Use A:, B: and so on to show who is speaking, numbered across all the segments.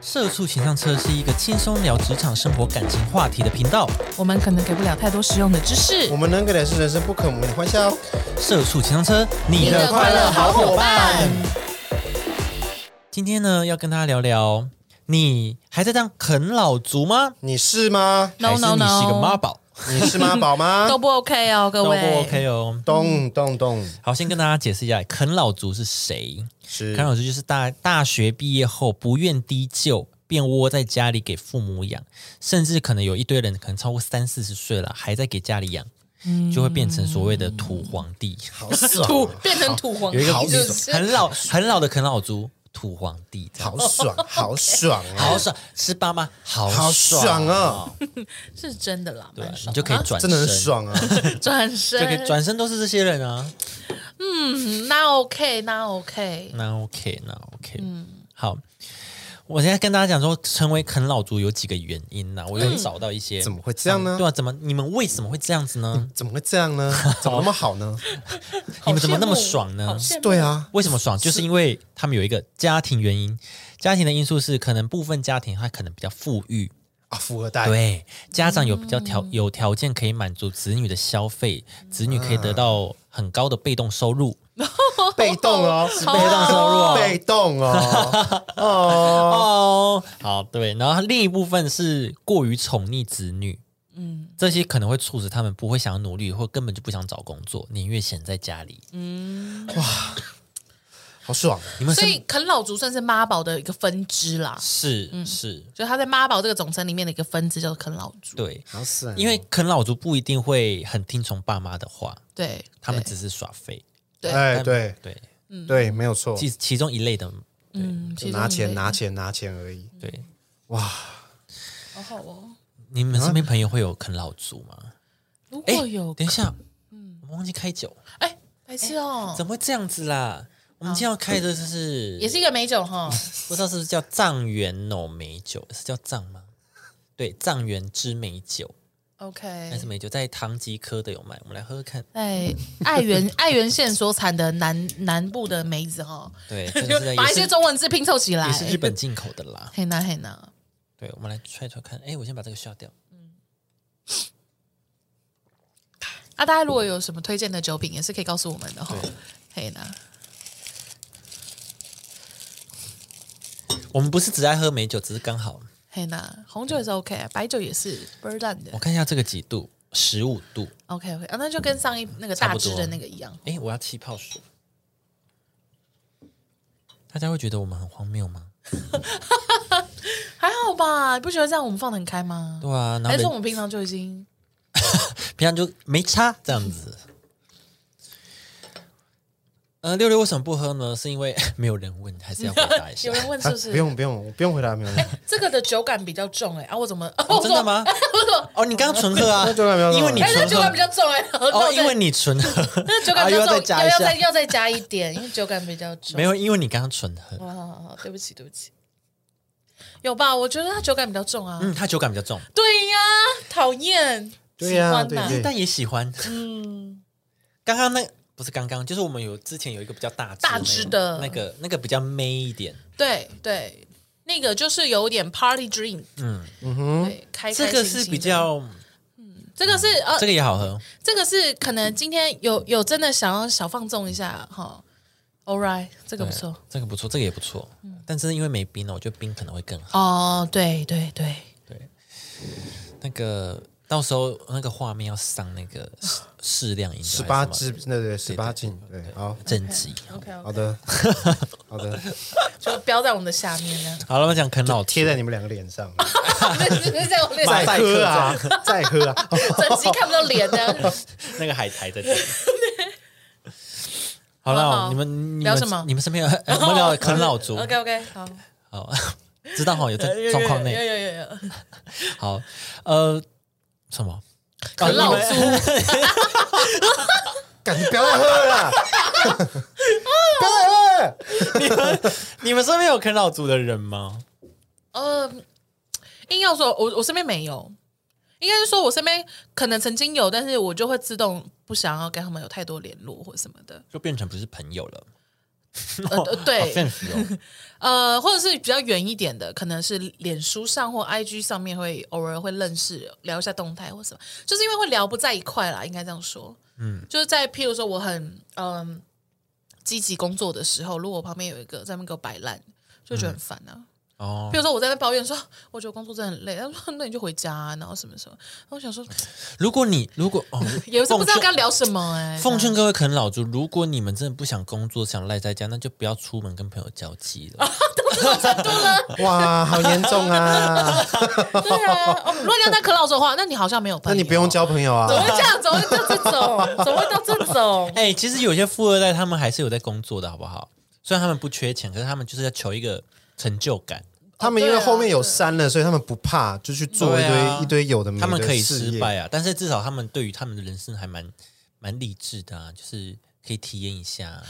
A: 社畜情商车是一个轻松聊职场、生活、感情话题的频道。
B: 我们可能给不了太多实用的知识
C: 我。们能给的是人生不可磨的欢笑。
A: 社畜情商车，你的快乐好伙伴。今天呢，要跟大家聊聊，你还在当啃老族吗
C: 你是吗？
B: No
A: 还是
B: no
A: 你
B: no，
A: 是一个妈宝，
C: 你是妈宝吗
B: 都？不 OK 哦，各
A: 都不
B: 位。
A: OK 哦。
C: 咚咚咚，
A: 好，先跟大家解释一下，啃老族是谁？
C: 是
A: 啃老族就是大大学毕业后不愿低就，便窝在家里给父母养，甚至可能有一堆人可能超过三四十岁了，还在给家里养，就会变成所谓的土皇帝。
C: 好 爽
B: 土
C: 啊，
B: 变成土皇
C: 有一个
B: 帝
C: 好
B: 就是
A: 很老很老的啃老族，土皇帝这样，
C: 好爽，好爽啊，
A: 好爽，吃爸妈好
C: 好
A: 爽
C: 爽啊！
B: 是真的啦，
A: 对
B: 蛮，爽
A: 你就可以
B: 啊
A: 转身，
C: 真的很，爽啊！
B: 转
A: 就可以
B: 身。
A: 转身都是这些人啊。
B: 嗯那 OK，那 OK。
A: 那 OK，那 OK，好。我现在跟大家讲说，成为啃老族有几个原因呐、我有找到一些。
C: 怎么会这样呢嗯
A: 对啊，怎么你们为什么会这样子呢？
C: 怎么会这样呢？怎么那么好呢？
A: 你们怎么那么
B: 好羡慕
A: 爽呢
B: 好羡慕
C: 对 啊，
A: 为什么爽？就是因为他们有一个家庭原因，家庭的因素是可能部分家庭他可能比较富裕，
C: 啊，富二代，
A: 对，家长有比较条有条件可以满足子女的消费，子女可以
C: 嗯
A: 得到很高的被动收入。
C: 被动哦，
B: 好被动收入哦
C: 被动哦，哦，
A: 哦，好，对，然后另一部分是过于宠溺子女，
B: 嗯
A: 这些可能会促使他们不会想要努力，或根本就不想找工作，宁愿闲在家里。
B: 嗯，
C: 好爽啊！
A: 你们是
B: 所以啃老族算是妈宝的一个分支啦，
A: 是
B: 嗯
A: 是，
B: 就他在妈宝这个总称里面的一个分支叫做啃老族。
A: 对，
C: 好爽，啊
A: 因为啃老族不一定会很听从爸妈的话，
B: 对，
A: 他们
B: 对
A: 只是耍废。
B: 对
C: 哎，
A: 但
C: 对
A: 对，
C: 对，没有错，
A: 其其中一类的，
B: 嗯，
C: 就
B: 其中
C: 拿
B: 一类
C: 钱拿，钱拿钱而已。
A: 对，
C: 哇，
B: 好好哦。
A: 你们身边朋友会有啃老族吗？
B: 嗯如果
A: 哎，
B: 有
A: 等一下，
B: 嗯
A: 我们忘记开酒，
B: 哎，白痴哦，
A: 怎么会这样子啦？我们今天要开的就是
B: 也是一个美酒哈，
A: 不知道是不是叫藏原浓美酒，是叫藏吗？对，藏原之美酒
B: OK，
A: 还是美酒，在唐吉诃德有卖，我们来喝喝看。
B: 在爱媛 爱媛县所产的南南部的梅子哈，
A: 对，真的
B: 就
A: 是在也
B: 把一
A: 是
B: 些中文字拼凑起来，
A: 也是日本进口的啦。
B: 嘿呐嘿呐，
A: 对，我们来踹踹看。哎，我先把这个消掉。
B: 啊，大家如果有什么推荐的酒品，也是可以告诉我们的哈。嘿呐，
A: 我们不是只爱喝美酒，只是刚好。
B: 嘿呐，红酒也是 OK，白啊酒也是倍儿淡
A: 我
B: 的
A: 看一下这个几度，十五度。
B: OK OK 啊，那就跟上一那个
A: 差
B: 大
A: 不多
B: 支的那个一样。
A: 哎，我要气泡水。大家会觉得我们很荒谬吗？
B: 还好吧？你不觉得这样我们放得很开吗？
A: 对啊，然后
B: 还是
A: 人
B: 我们平常就 已经
A: 平常就没差这样子。呃，六六为什么不喝呢？是因为 没有人问，还是要回答一下哦
B: 有？人问是
C: 啊
B: 不是？
C: 不用不用不用回答，不用回答。
B: 这个的酒感比较重哎、啊，我怎么？啊、
A: 哦
B: 我
A: 真的吗
B: 我怎么？
A: 哦，你刚刚纯喝啊？
C: 那酒感比较重
A: 因为你
B: 哎、这
A: 纯
B: 酒感
A: 喝
B: 比较重哎、
A: 哦，
B: 我
A: 因为你纯喝，
B: 那酒感
A: 啊
B: 比
A: 又
B: 较
A: 要
B: 重，
A: 再加一
B: 要要再
A: 下，
B: 要再加一点，因为酒感比较重。
A: 没有，因为你刚刚纯喝，
B: 好好好，对不起，对不起。有吧？我觉得它酒感比较重啊。
A: 嗯，它酒感比较重，
B: 对呀，讨厌。
C: 对呀
B: 喜欢呐
C: 对对
A: 但也喜欢。
B: 嗯，
A: 刚刚那不是刚刚，就是我们有之前有一个比较大
B: 大
A: 支
B: 支
A: 的
B: 的
A: 那个，那个那个比较 man 一点，
B: 对对，那个就是有点 party drink，
A: 嗯，
C: 嗯哼，
B: 对，开开
A: 这
B: 心
A: 个
B: 心
A: 是
B: 的
A: 比，较，嗯
B: 这个是呃
A: 这，个也好喝，
B: 这个是可能今天有有真的想要小放纵一下哈。All right，这呃个不错。嗯
A: 对，这个不错，这个也不错，但是因为没冰了，我觉得冰可能会更好。
B: 哦，对对对，
A: 对，那个到时候那个画面要上那个适
B: 啊
A: 适量饮
C: 十
A: 酒
C: 八
A: 还是什
C: 支，
A: 么，
C: 对对，十八禁，对，好，
A: 整集。
B: OK，
C: 好的，好的，
B: 就标在我们的下面 呢。
A: 好了，我讲啃老族
C: 贴在你们两个脸上，
B: 对，在我们
A: 再
B: 的
C: 再喝啊，再喝啊， 哦
B: 整集看不到脸呢。
A: 那个海苔的。 好了，
B: 好
A: 你们你
B: 聊
A: 们
B: 什么
A: 你们身边有、 哎我们聊啃老族，
B: OK OK，好，
A: 好， 知道哈有在 状况
B: 有
A: 内。
B: 有有有有，
A: 好，呃，什么？
B: 啃老族
A: 哦你们
C: 干，你不要再喝了啦， 不要再喝了，
A: 你们身边有啃老族的人吗？
B: 呃，硬要说，我我身边没有，应该是说我身边可能曾经有，但是我就会自动不想要跟他们有太多联络或什么的。
A: 就变成不是朋友了。
B: 呃 呃
A: 好
B: 对，
A: 现实哦。
B: 呃，或者是比较远一点的，可能是脸书上或 IG 上面会偶尔会认识，聊一下动态或什么，就是因为会聊不在一块啦，应该这样说。嗯，就是在譬如说我很嗯、积极工作的时候，如果我旁边有一个在那边给我摆烂，就觉得很烦啊。
A: 哦
B: 譬，如说我在那边抱怨说，哦我觉得工作真的很累，他说那你就回家、啊，然后什么什么，然后我想说
A: 如果你如果 哦，
B: 也是不知
A: 奉
B: 道跟他
A: 劝
B: 聊什么哎、
A: 奉劝各位啃老族，如果你们真的不想工作，想赖在家，那就不要出门跟朋友交际了。
C: 哇，好严重啊！
B: 对啊，哦如果你要当啃老族的话，那你好像没有朋
C: 那
B: 友，
C: 你不用交朋友啊
B: 怎么。会这样？怎么会到这种？怎么会到这种？
A: 哎、其实有些富二代他们还是有在工作的，好不好？虽然他们不缺钱，可是他们就是要求一个成就感，
C: 他们因为
B: 对啊
C: 后面有山了，所以他们不怕，就去做一
A: 对啊
C: 堆一堆有的没的
A: 他们可以
C: 事
A: 失
C: 业。
A: 败啊，但是至少他们对于他们的人生还蛮蛮励志的啊，就是可以体验一下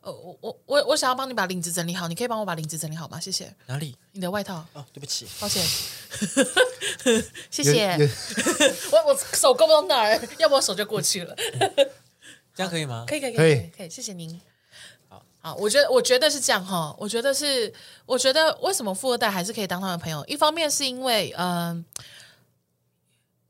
B: 呃，我我我我想要帮你把领子整理好，你可以帮我把领子整理好吗？谢谢。
A: 哪里
B: 你的外套，
A: 哦，对不起，
B: 抱歉， 谢
C: 有有
B: 谢。我我手够不到那儿，要不我手就过去了。
A: 这样可以吗？
B: 哦可以可以
C: 可
B: 可
C: 以
B: 以可以，谢谢您。好，我觉得我觉得是这样哈，我觉得是，我觉得为什么富二代还是可以当他们朋友？一方面是因为，嗯、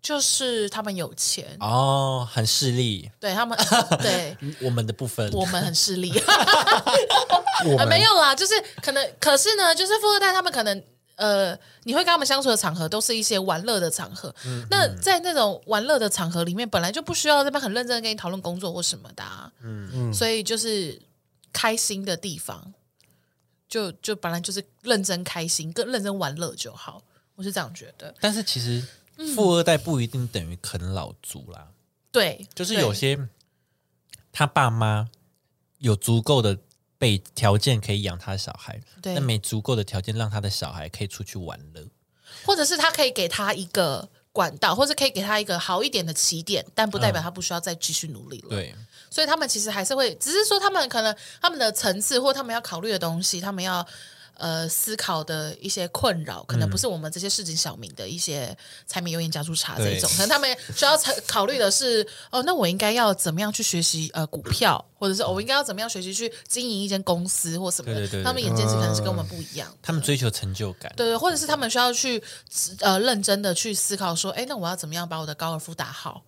B: 就是他们有钱，
A: 哦，很势利，
B: 对他们， 对
A: 我们的部分，
B: 我们很势利。
C: 我
B: 呃，
C: 们
B: 没有啦，就是可能，可是呢，就是富二代他们可能。呃，你会跟他们相处的场合都是一些玩乐的场合。那在那种玩乐的场合里面，本来就不需要那边很认真的跟你讨论工作或什么的、啊。嗯嗯，所以就是开心的地方，就就本来就是认真开心，跟认真玩乐就好。我是这样觉得。
A: 但是其实富二代不一定等于啃老族啦，
B: 对，
A: 就是
B: 对
A: 有些他爸妈有足够的被条件可以养他的小孩，
B: 对
A: 但没足够的条件让他的小孩可以出去玩乐。
B: 或者是他可以给他一个管道，或者可以给他一个好一点的起点，但不代表他不需要再继续努力了。
A: 对，
B: 所以他们其实还是会，只是说他们可能他们的层次或他们要考虑的东西，他们要呃思考的一些困扰，可能
A: 嗯
B: 不是我们这些市井小民的一些柴米油盐酱醋茶这一种，
A: 对
B: 可能他们需要参考虑的是，哦，那我应该要怎么样去学习呃股票，或者是、哦、我应该要怎么样学习去经营一间公司或什么
A: 嗯
B: 的，
A: 对对对对
B: 他们眼见是可能是跟我们不一样。
A: 他们追求成就感。
B: 对，或者是他们需要去呃认真的去思考说，哎，那我要怎么样把我的高尔夫打 好、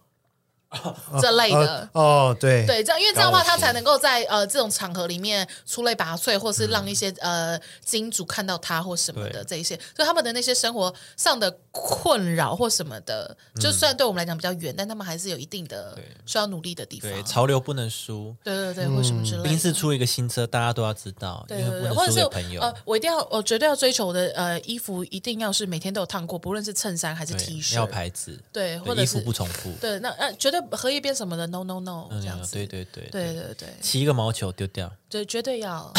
B: 这类的，
C: 哦哦，对，
B: 对，这样因为这样的
A: 高尔
B: 话，
A: 夫
B: 他才能够在呃这种场合里面出类拔萃，或是让一些、呃金主看到他或什么的
A: 嗯对
B: 这一些，所以他们的那些生活上的困扰或什么的，就
A: 嗯
B: 虽然对我们来讲比较远，但他们还是有一定的需要努力的地方。
A: 对，嗯潮流不能输。
B: 对对对，或什么之类的。
A: 宾士出一个新车，大家都要知道，
B: 对
A: 因
B: 对
A: 为不
B: 对，
A: 能
B: 或者
A: 输
B: 是
A: 给朋友。
B: 呃，我一定要，我绝对要追求我的呃衣服，一定要是每天都有烫过，不论是衬衫还是
A: 对
B: T 恤，
A: 要牌子，
B: 对，或
A: 对，
B: 者
A: 衣
B: 是
A: 服不重复。
B: 对，那呃，绝对荷叶边什么的，no no no，这样
A: 嗯，
B: 子，
A: 对对对
B: 对对对。
A: 骑一个毛球丢掉，
B: 对，绝对要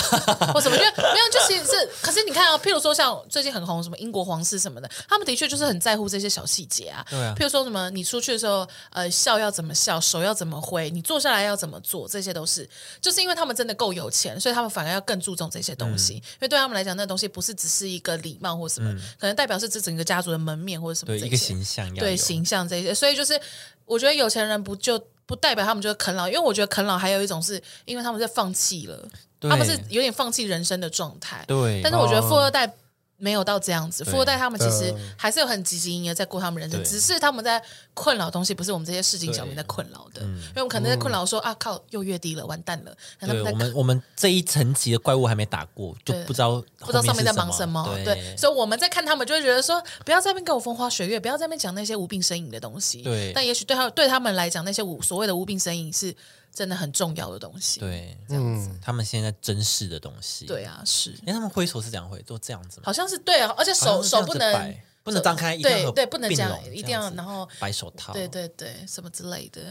B: 或什么，因为没有，就是是，可是你看啊，譬如说像最近很红什么英国皇室什么的，他们的确就是很在乎这些小细节啊。
A: 对啊
B: 譬如说什么，你出去的时候，呃，笑要怎么笑，手要怎么挥，你坐下来要怎么做，这些都是，就是因为他们真的够有钱，所以他们反而要更注重这些东
A: 嗯
B: 西，因为对他们来讲，那东西不是只是一个礼貌或什么，可能代表是这整个家族的门面或者什么
A: 对
B: 这些。
A: 一个形象要
B: 对
A: 有
B: 形象这些，所以就是我觉得有钱人不就不代表他们就是啃老，因为我觉得啃老还有一种是因为他们是放弃了，
A: 对
B: 他们是有点放弃人生的状态。
A: 对哦
B: 但是我觉得富二代没有到这样子，
A: 对
B: 富二代他们其实
C: 嗯
B: 还是有很积极营业在过他们人生，
A: 对
B: 只是他们在困扰的东西不是我们这些市井小民在困扰
A: 嗯
B: 的，因为我们可能在困扰说、啊靠又越低了，完蛋了，然后
A: 对
B: 他
A: 我
B: 们在
A: 们我们这一层级的怪物还没打过，就
B: 对
A: 不知道
B: 不知道上面在忙
A: 什
B: 什么，
A: 对
B: 对，，所以我们在看他们就会觉得说，不要在那边跟我风花雪月，不要在那边讲那些无病呻吟的东西。
A: 对
B: 但也许对他对他们来讲，那些无所谓的无病呻吟是真的很重要的东西。，
A: 对，
B: 这样
C: 嗯
B: 子，
A: 他们现在珍视的东西。
B: 对，啊，是，
A: 哎，他们挥手是怎样挥？都这样子吗？
B: 好像是对啊，而且手
A: 好像
B: 手
A: 是
B: 不
A: 这样子
B: 能
A: 摆不能张开，一定要
B: 对
A: 合
B: 对，不能
A: 并
B: 这样
A: 拢，
B: 一定要
A: 子
B: 然后
A: 白手套，
B: 对嗯对对，什么之类的。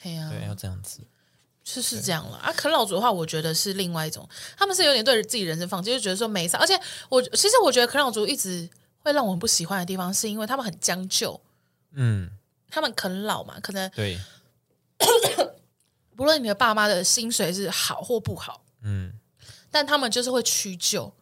B: 嘿呀、
A: 对，要啊这样子。
B: 是是这样了啊。啃老族的话，我觉得是另外一种，他们是有点对自己人生放弃，就觉得说没啥。而且我其实我觉得啃老族一直会让我很不喜欢的地方，是因为他们很将就。
A: 嗯，
B: 他们啃老嘛，可能
A: 对，
B: 不论你的爸妈的薪水是好或不好，
A: 嗯，
B: 但他们就是会屈就。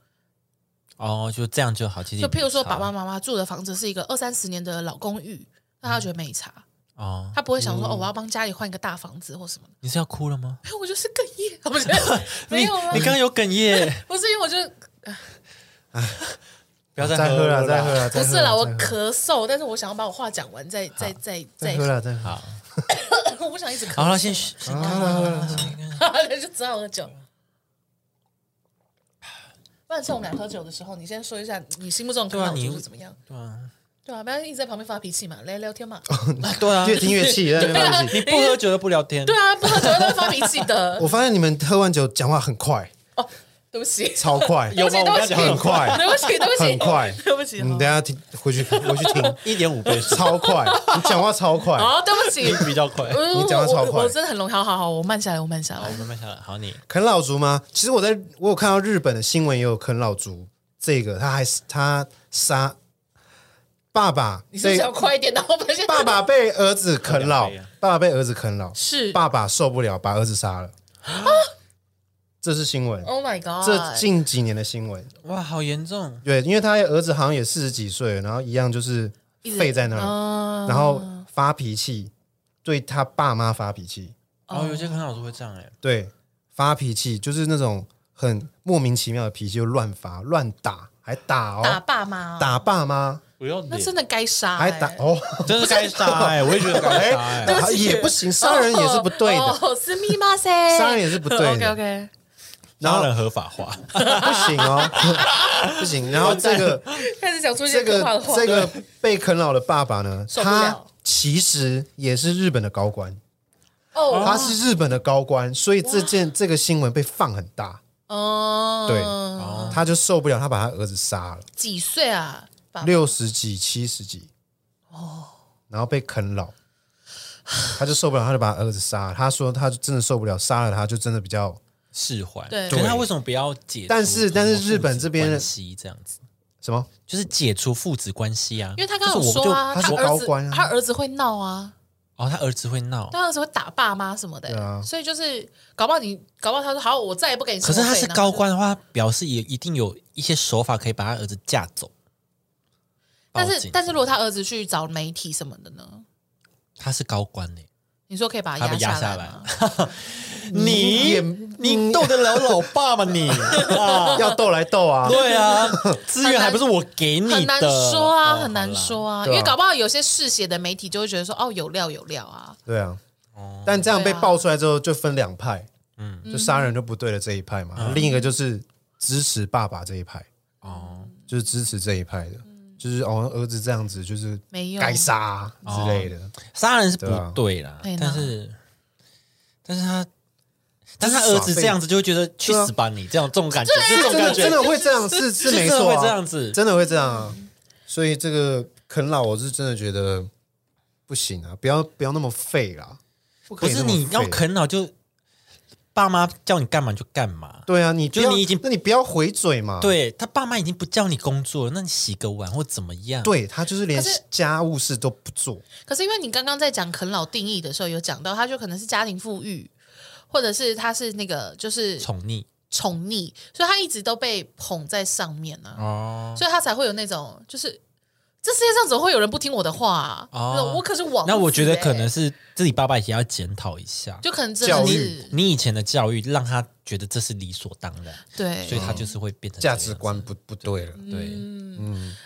A: 哦，就这样就好。其实
B: 就譬如说，
A: 也没差
B: 爸爸妈妈住的房子是一个二三十年的老公寓，那他觉得没差。
A: 哦，
B: 他不会想说、哦，我要帮家里换一个大房子或什么的。
A: 你是要哭了吗？
B: 没有，我就是哽咽，啊不是 没有啊
A: 你，你刚刚有哽咽，
B: 不是因为我就
A: 不要
C: 再喝了，再
A: 再
C: 喝。了，
B: 不
C: 再
B: 是
C: 喝
B: 啦，
C: 了
B: 我
C: 再
B: 咳
C: 喝
B: 嗽，但是我想要把我话讲完，再再再
C: 再喝了，再喝了。
A: 好，
B: 我不想一直咳嗽。
A: 好了， 先先干了，好了先干了
B: 就只好喝酒。不然趁我们俩喝酒的时候，你先说一下你心目中的
A: 对啊
B: 康
A: 你
B: 酒是怎么样？
A: 对啊，
B: 对啊，不要一直在旁边发脾气嘛，来聊天嘛。
A: 对啊，
C: 越听越气，在那边发脾气。
A: 你不喝酒就不聊天，
B: 对啊，不喝酒都会发脾气的
C: 我。发现你们喝完酒讲话很快，
B: 哦，对不起，
C: 超 快，
A: 有吗？我
B: 对不
A: 刚
B: 起
A: 刚讲
C: 很快，
B: 对不起，对不起，
C: 很快
B: 对不起。
C: 你嗯等一下听回去回去听，
A: 一点五倍速，
C: 超快，你讲话超快，
B: 哦，对不
A: 你
B: 起，
A: 比较 快。
B: 我
C: 你讲话超快
B: 我我真的很容易。好好好，我慢下来，我慢下
A: 好，
B: 来
A: 我。们慢下来。好，你
C: 啃老族吗？其实我在我有看到日本的新闻也有啃老族，这个他还他杀爸爸，
B: 你是不是
C: 对
B: 想快一点？然后发现
C: 爸爸被儿子啃老
A: 两倍啊，
C: 爸爸被儿子啃老，
B: 是啊
C: 爸爸受不了把儿子杀了，这是新闻，
B: ，Oh my God，
C: 这近几年的新闻，
A: 哇，好严重，
C: 对，因为他儿子好像也四十几岁了，然后一样就是
B: 一直
C: 废在那儿，
B: 啊
C: 嗯然后发脾气，对他爸妈发脾气，
A: 哦，有些很老师会这样哎，
C: 对，发脾气就是那种很莫名其妙的脾气，就乱发、乱打，还打哦，
B: 打爸妈哦，
C: 打爸妈，
A: 不要
B: 那
A: 脸，
B: 真的该杀，
C: 还
B: 哎
C: 打哦，
A: 真的该杀哎，我也觉得该杀哎。
C: 打 也不行，杀人也是不对的，
B: 哦，是密码噻，
C: 杀人也是不对的
B: OK OK，
C: 然后
A: 杀人合法化，
C: 不行哦， 不行。然后这个
B: 开始讲出一些
C: 这
B: 可怕
C: 个
B: 的话。
C: 这个被啃老的爸爸呢，
B: 受不了
C: 他其实也是日本的高官，
B: 哦，
C: 他是日本的高官，所以这件这个新闻被放很大，
B: 哦，
C: 对
B: 哦
C: 他就受不了，他把他儿子杀了，
B: 几岁啊？爸
C: 六十几、七十几，哦，然后被啃老，他就受不了，他就把儿子杀了。他说他真的受不了，杀了他就真的比较
A: 释怀。
B: 对
A: 可是他为什么不要解除？
C: 但是但是日本这边
A: 关系这样子，
C: 什么？
A: 就是解除父子关系啊。
B: 因为他刚
A: 就
B: 刚
A: 是
B: 有
A: 我们
B: 说
A: 就
B: 啊，
C: 就是
B: 他儿
C: 我们就他
B: 子
C: 是高官啊
B: 他儿子会闹啊，
A: 哦，他儿子会闹，
B: 他儿子会打爸妈什么的、
C: 对啊
B: 所以就是搞不好你搞不好他说好，我再也不给你生
A: 可
B: 活费
A: 是他
B: 了。
A: 是高官的话，表示也一定有一些手法可以把他儿子架走。
B: 但
A: 报
B: 是
A: 警
B: 但是如果他儿子去找媒体什么的呢？
A: 他是高官哎呢、
B: 你说可以把
A: 他被压
B: 下
A: 下
B: 来
A: 来
B: 吗？
A: 你
C: 也
A: 你斗得了老爸吗你？啊
C: 要斗来斗 啊，
A: 对啊， 资源还不是我给你的，
B: 很难说啊，
A: 哦
B: 很难。说啊，因
C: 对啊
B: 为搞不好有些嗜血的媒体就会觉得说，哦，有料有料啊，
C: 对啊。但这样被
B: 对啊
C: 爆出来之后，就分两派，嗯，就杀人就不对的这一派嘛，另一个就是支持爸爸这一派，
A: 好啦哦，
C: 就是支持这一派的，就是哦儿子这样子就是
B: 没有
C: 该杀啊之类的，
A: 杀人是不
C: 对啊
A: 对啦，
B: 对啦啊
A: 但是但是他。但是他
C: 就是
A: 儿
C: 耍
A: 子
C: 废
A: 这样子就会觉得去
C: 对啊
A: 死吧你这样这种感觉，
B: 啊
A: 这种
C: 真的
A: 感觉
C: 真的会这样是是
A: 就
C: 没
A: 真的
C: 错
A: 会
C: 啊，
A: 这样子
C: 真的会这样啊，所以这个啃老我是真的觉得不行啊，不要不要那么废啦，不可
A: 不
C: 以
A: 是
C: 那么
A: 你要
C: 废
A: 啃老就爸妈叫你干嘛就干嘛。
C: 对啊，你不
A: 就
C: 要
A: 你已经
C: 那你不要回嘴嘛，
A: 对啊他爸妈已经不叫你工作了，那你洗个碗或怎么样？，
C: 对他就是连
B: 可是
C: 家务事都不做，
B: 可是因为你刚刚在讲啃老定义的时候，有讲到他就可能是家庭富裕，或者是他是那个就是
A: 宠溺
B: 宠溺，所以他一直都被捧在上面呢、啊，
A: 哦。
B: 所以他才会有那种就是。这世界上怎么会有人不听我的话、啊？
A: 哦
B: 那种我可是王、
A: 那我觉得可能，是自己爸爸也要检讨一下，
B: 就可能真
C: 教
B: 的
C: 育
B: 是
A: 你以前的教育让他觉得这是理所当然，所
B: 对，
A: 以他就是会变成这
C: 价
A: 样
C: 值观不不对
B: 嗯
C: 了。
A: 对。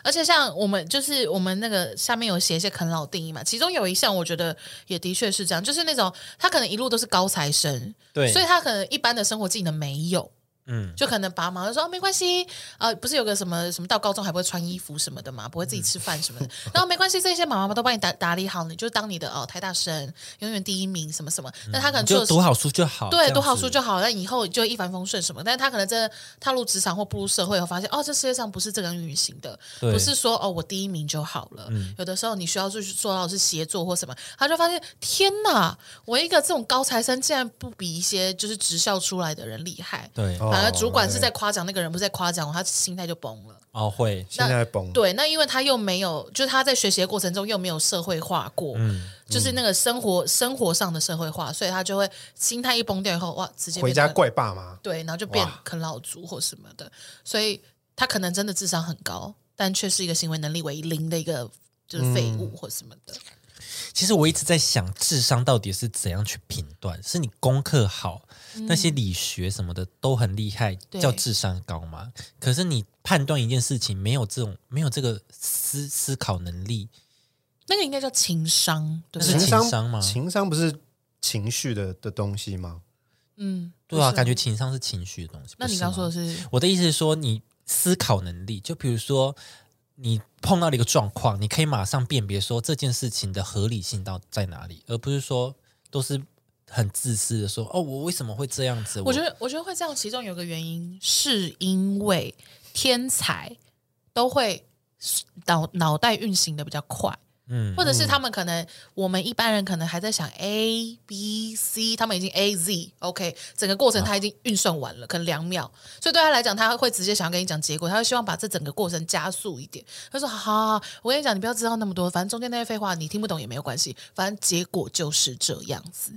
B: 而且像我们就是我们那个下面有写一些啃老定义嘛，其中有一项我觉得也的确是这样，就是那种他可能一路都是高材生，
A: 对
B: 所以他可能一般的生活技能没有，
A: 嗯，
B: 就可能爸妈就说、啊、没关系，呃，不是有个什么什么到高中还不会穿衣服什么的嘛，不会自己吃饭什么的，
A: 嗯
B: 然后没关系，这些妈妈都帮你打打理好，你就当你的哦台大生，永远第一名什么什么，那他可能
A: 你
B: 做
A: 就
B: 的
A: 读好书就好，这
B: 对，
A: 样
B: 读好书
A: 子
B: 就好，那以后就一帆风顺什么。但是他可能真的踏入职场或步入社会后，发现哦，这世界上不是这样运行的，
A: 对嗯
B: 不是说哦我第一名就好了。有的时候你需要去做到是协作或什么，他就发现天哪，我一个这种高材生竟然不比一些就是职校出来的人厉害。
A: 对
C: 哦
B: 反而主管是在夸奖那个人，不是在夸奖我，他心态就崩了。
A: 哦会
C: 现在崩，
B: 对，那因为他又没有，就是他在学习的过程中又没有社会化过，
A: 嗯
B: 就是那个生活生活上的社会化，所以他就会心态一崩掉以后，哇，直接
C: 回
B: 变
C: 家
B: 成
C: 怪爸妈。
B: 对，然后就变啃老族或什么的，所以他可能真的
A: 嗯
B: 智商很高，但却是一个行为能力为零的一个就是废物或什么的。
A: 其实我一直在想，智商到底是怎样去评断？是你功课好，那些理学什么的都很厉害，
B: 嗯对
A: 叫智商高吗？可是你判断一件事情没有这种没有这个思思考能力，
B: 那个应该叫情商，对不
A: 是
B: 对？
A: 情商吗
C: 情商不是情绪的的东西吗？
B: 嗯，
A: 对啊，
B: 不是
A: 感觉情商是情绪的东西。
B: 那
A: 不
B: 你
A: 是
B: 刚
A: 吗
B: 说的是，
A: 我的意思是说，你思考能力，就比如说你碰到了一个状况，你可以马上辨别说这件事情的合理性到在哪里，而不是说都是很自私的说哦，我为什么会这样子？
B: 我觉得我觉得会这样，其中有个原因是因为天才都会脑脑袋运行的比较快。
A: 嗯，
B: 或者是他们可能，我们一般人可能还在想 A B C，他们已经 A Z OK，整个过
A: 啊
B: 程他已经运算完了，可能两秒，所以对他来讲，他会直接想要跟你讲结果，他会希望把这整个过程加速一点。他说：“好好好，我跟你讲，你不要知道那么多，反正中间那些废话你听不懂也没有关系，反正结果就是这样子。”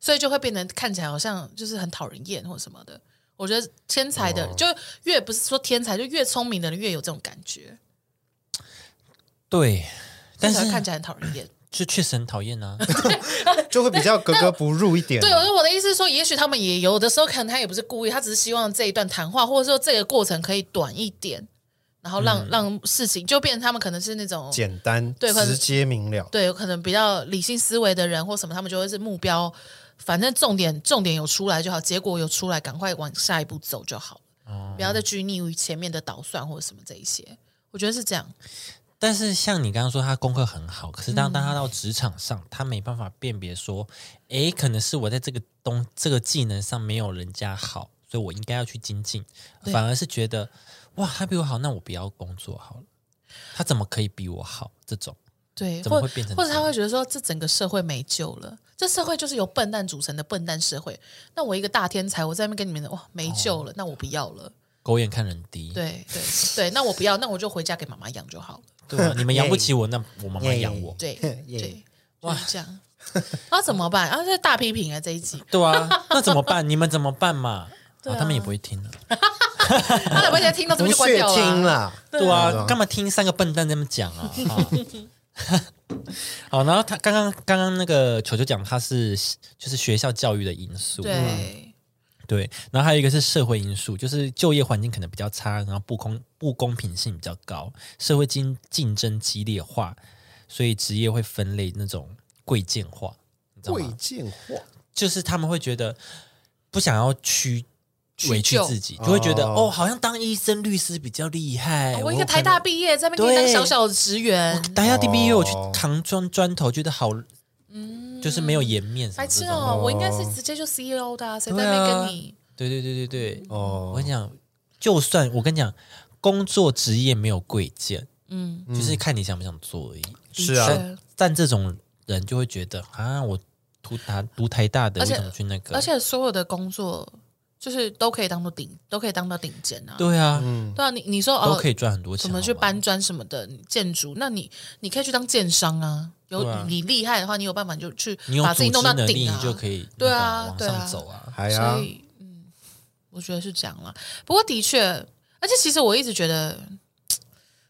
B: 所以就会变得看起来好像就是很讨人厌或什么的。我觉得天才
A: 哦
B: 的、就越不是说天才，就越聪明的人越有这种感觉，
A: 对，但
B: 所以才会看
A: 是
B: 起来很讨人厌。
A: 就确实很讨厌啊。
C: 就会比较格格不入一点啊。
B: 对，我说我的意思是说，也许他们也有的时候，可能他也不是故意，他只是希望这一段谈话，或者说这个过程可以短一点，然后让、让事情就变成他们可能是那种
C: 简单、
B: 对可能
C: 直接明了。
B: 对，可能比较理性思维的人或什么，他们就会是目标，反正重点重点有出来就好，结果有出来，赶快往下一步走就好了，不要再拘泥于前面的捣算或者什么这一些。我觉得是这样，
A: 但是像你刚刚说，他功课很好，可是当
B: 嗯
A: 当他到职场上，他没办法辨别说，诶，可能是我在这个东这个技能上没有人家好，所以我应该要去精进，
B: 对
A: 反而是觉得哇，他比我好，那我不要工作好了，他怎么可以比我好？这种
B: 对，
A: 怎么
B: 或
A: 会变成
B: 或者
A: 这
B: 他
A: 样
B: 会觉得说，这整个社会没救了，这社会就是由笨蛋组成的笨蛋社会。那我一个大天才，我在那边跟你们哇
A: 哦
B: 没救了，那我不要了。
A: 狗眼看人低，
B: 对对对，那我不要，那我就回家给妈妈养就好了。
A: 对啊，你们养 不起我，那我妈妈养我，
B: 对
C: 耶
B: 对，就是这样。那怎么办？ 啊，这大批评啊这一集，
A: 对啊，那怎么办？你们怎么办嘛？
B: 对啊
A: 哦他们也不会听的，
B: 他怎么啊现听到这
C: 不
B: 边就关
C: 屑
B: 掉
C: 听
B: 了啊？
C: 啦，
A: 对
C: 对
A: 啊，
C: 啊
A: 干嘛听三个笨蛋在那么讲啊？啊好，然后他刚刚刚刚那个球球讲他是就是学校教育的因素，嗯
B: 对，
A: 对然后还有一个是社会因素，就是就业环境可能比较差，然后不公不公平性比较高，社会竞竞争激烈化，所以职业会分类那种贵贱化，你知道
C: 贵
A: 吗？
C: 贱货，
A: 就是他们会觉得不想要屈
B: 屈
A: 委屈
B: 就
A: 自己，就会觉得
C: 哦
A: 哦，好像当医生、律师比较厉害，
B: 啊哦我一个
A: 有
B: 台
A: 哎可能
B: 大毕业，在那边可以当
A: 对
B: 小小的职员，
A: 大家 D B U
C: 哦
A: 我去扛砖砖头，觉得好，就是没有颜面什
B: 白
A: 么这
B: 痴
A: 种。
B: 哦！我应该是直接就 CEO 的啊，谁在
A: 对
B: 那边
A: 啊
B: 跟你？
A: 对对对对对，我
C: 哦
A: 跟，你讲，就算我跟你讲，工作职业没有贵贱，
B: 嗯，
A: 就是看你想不想做而已。
B: 的
C: 是啊
B: 确
A: 但这种人就会觉得啊，我读台读台大的，
B: 而
A: 为
B: 且
A: 什么去那个？
B: 而且所有的工作就是都可以当做顶，都可以当到顶尖啊。
A: 对啊，
C: 嗯，
B: 对啊，你你说
A: 都
B: 哦，
A: 可以啊赚很多钱，
B: 怎么去
A: 好吗
B: 搬砖什么的，你建筑，那你你可以去当建商啊。有、
A: 对啊
B: 你厉害的话，你有办法你就去
A: 你有
B: 把
A: 组
B: 自
A: 织
B: 己弄到
A: 能力，
B: 顶啊
A: 你。就可以那
B: 对
A: 个
B: 啊
A: 往
B: 对啊
A: 上走啊。
C: 还啊
B: 所，以嗯，我觉得是这样啦。不过的确，而且其实我一直觉得，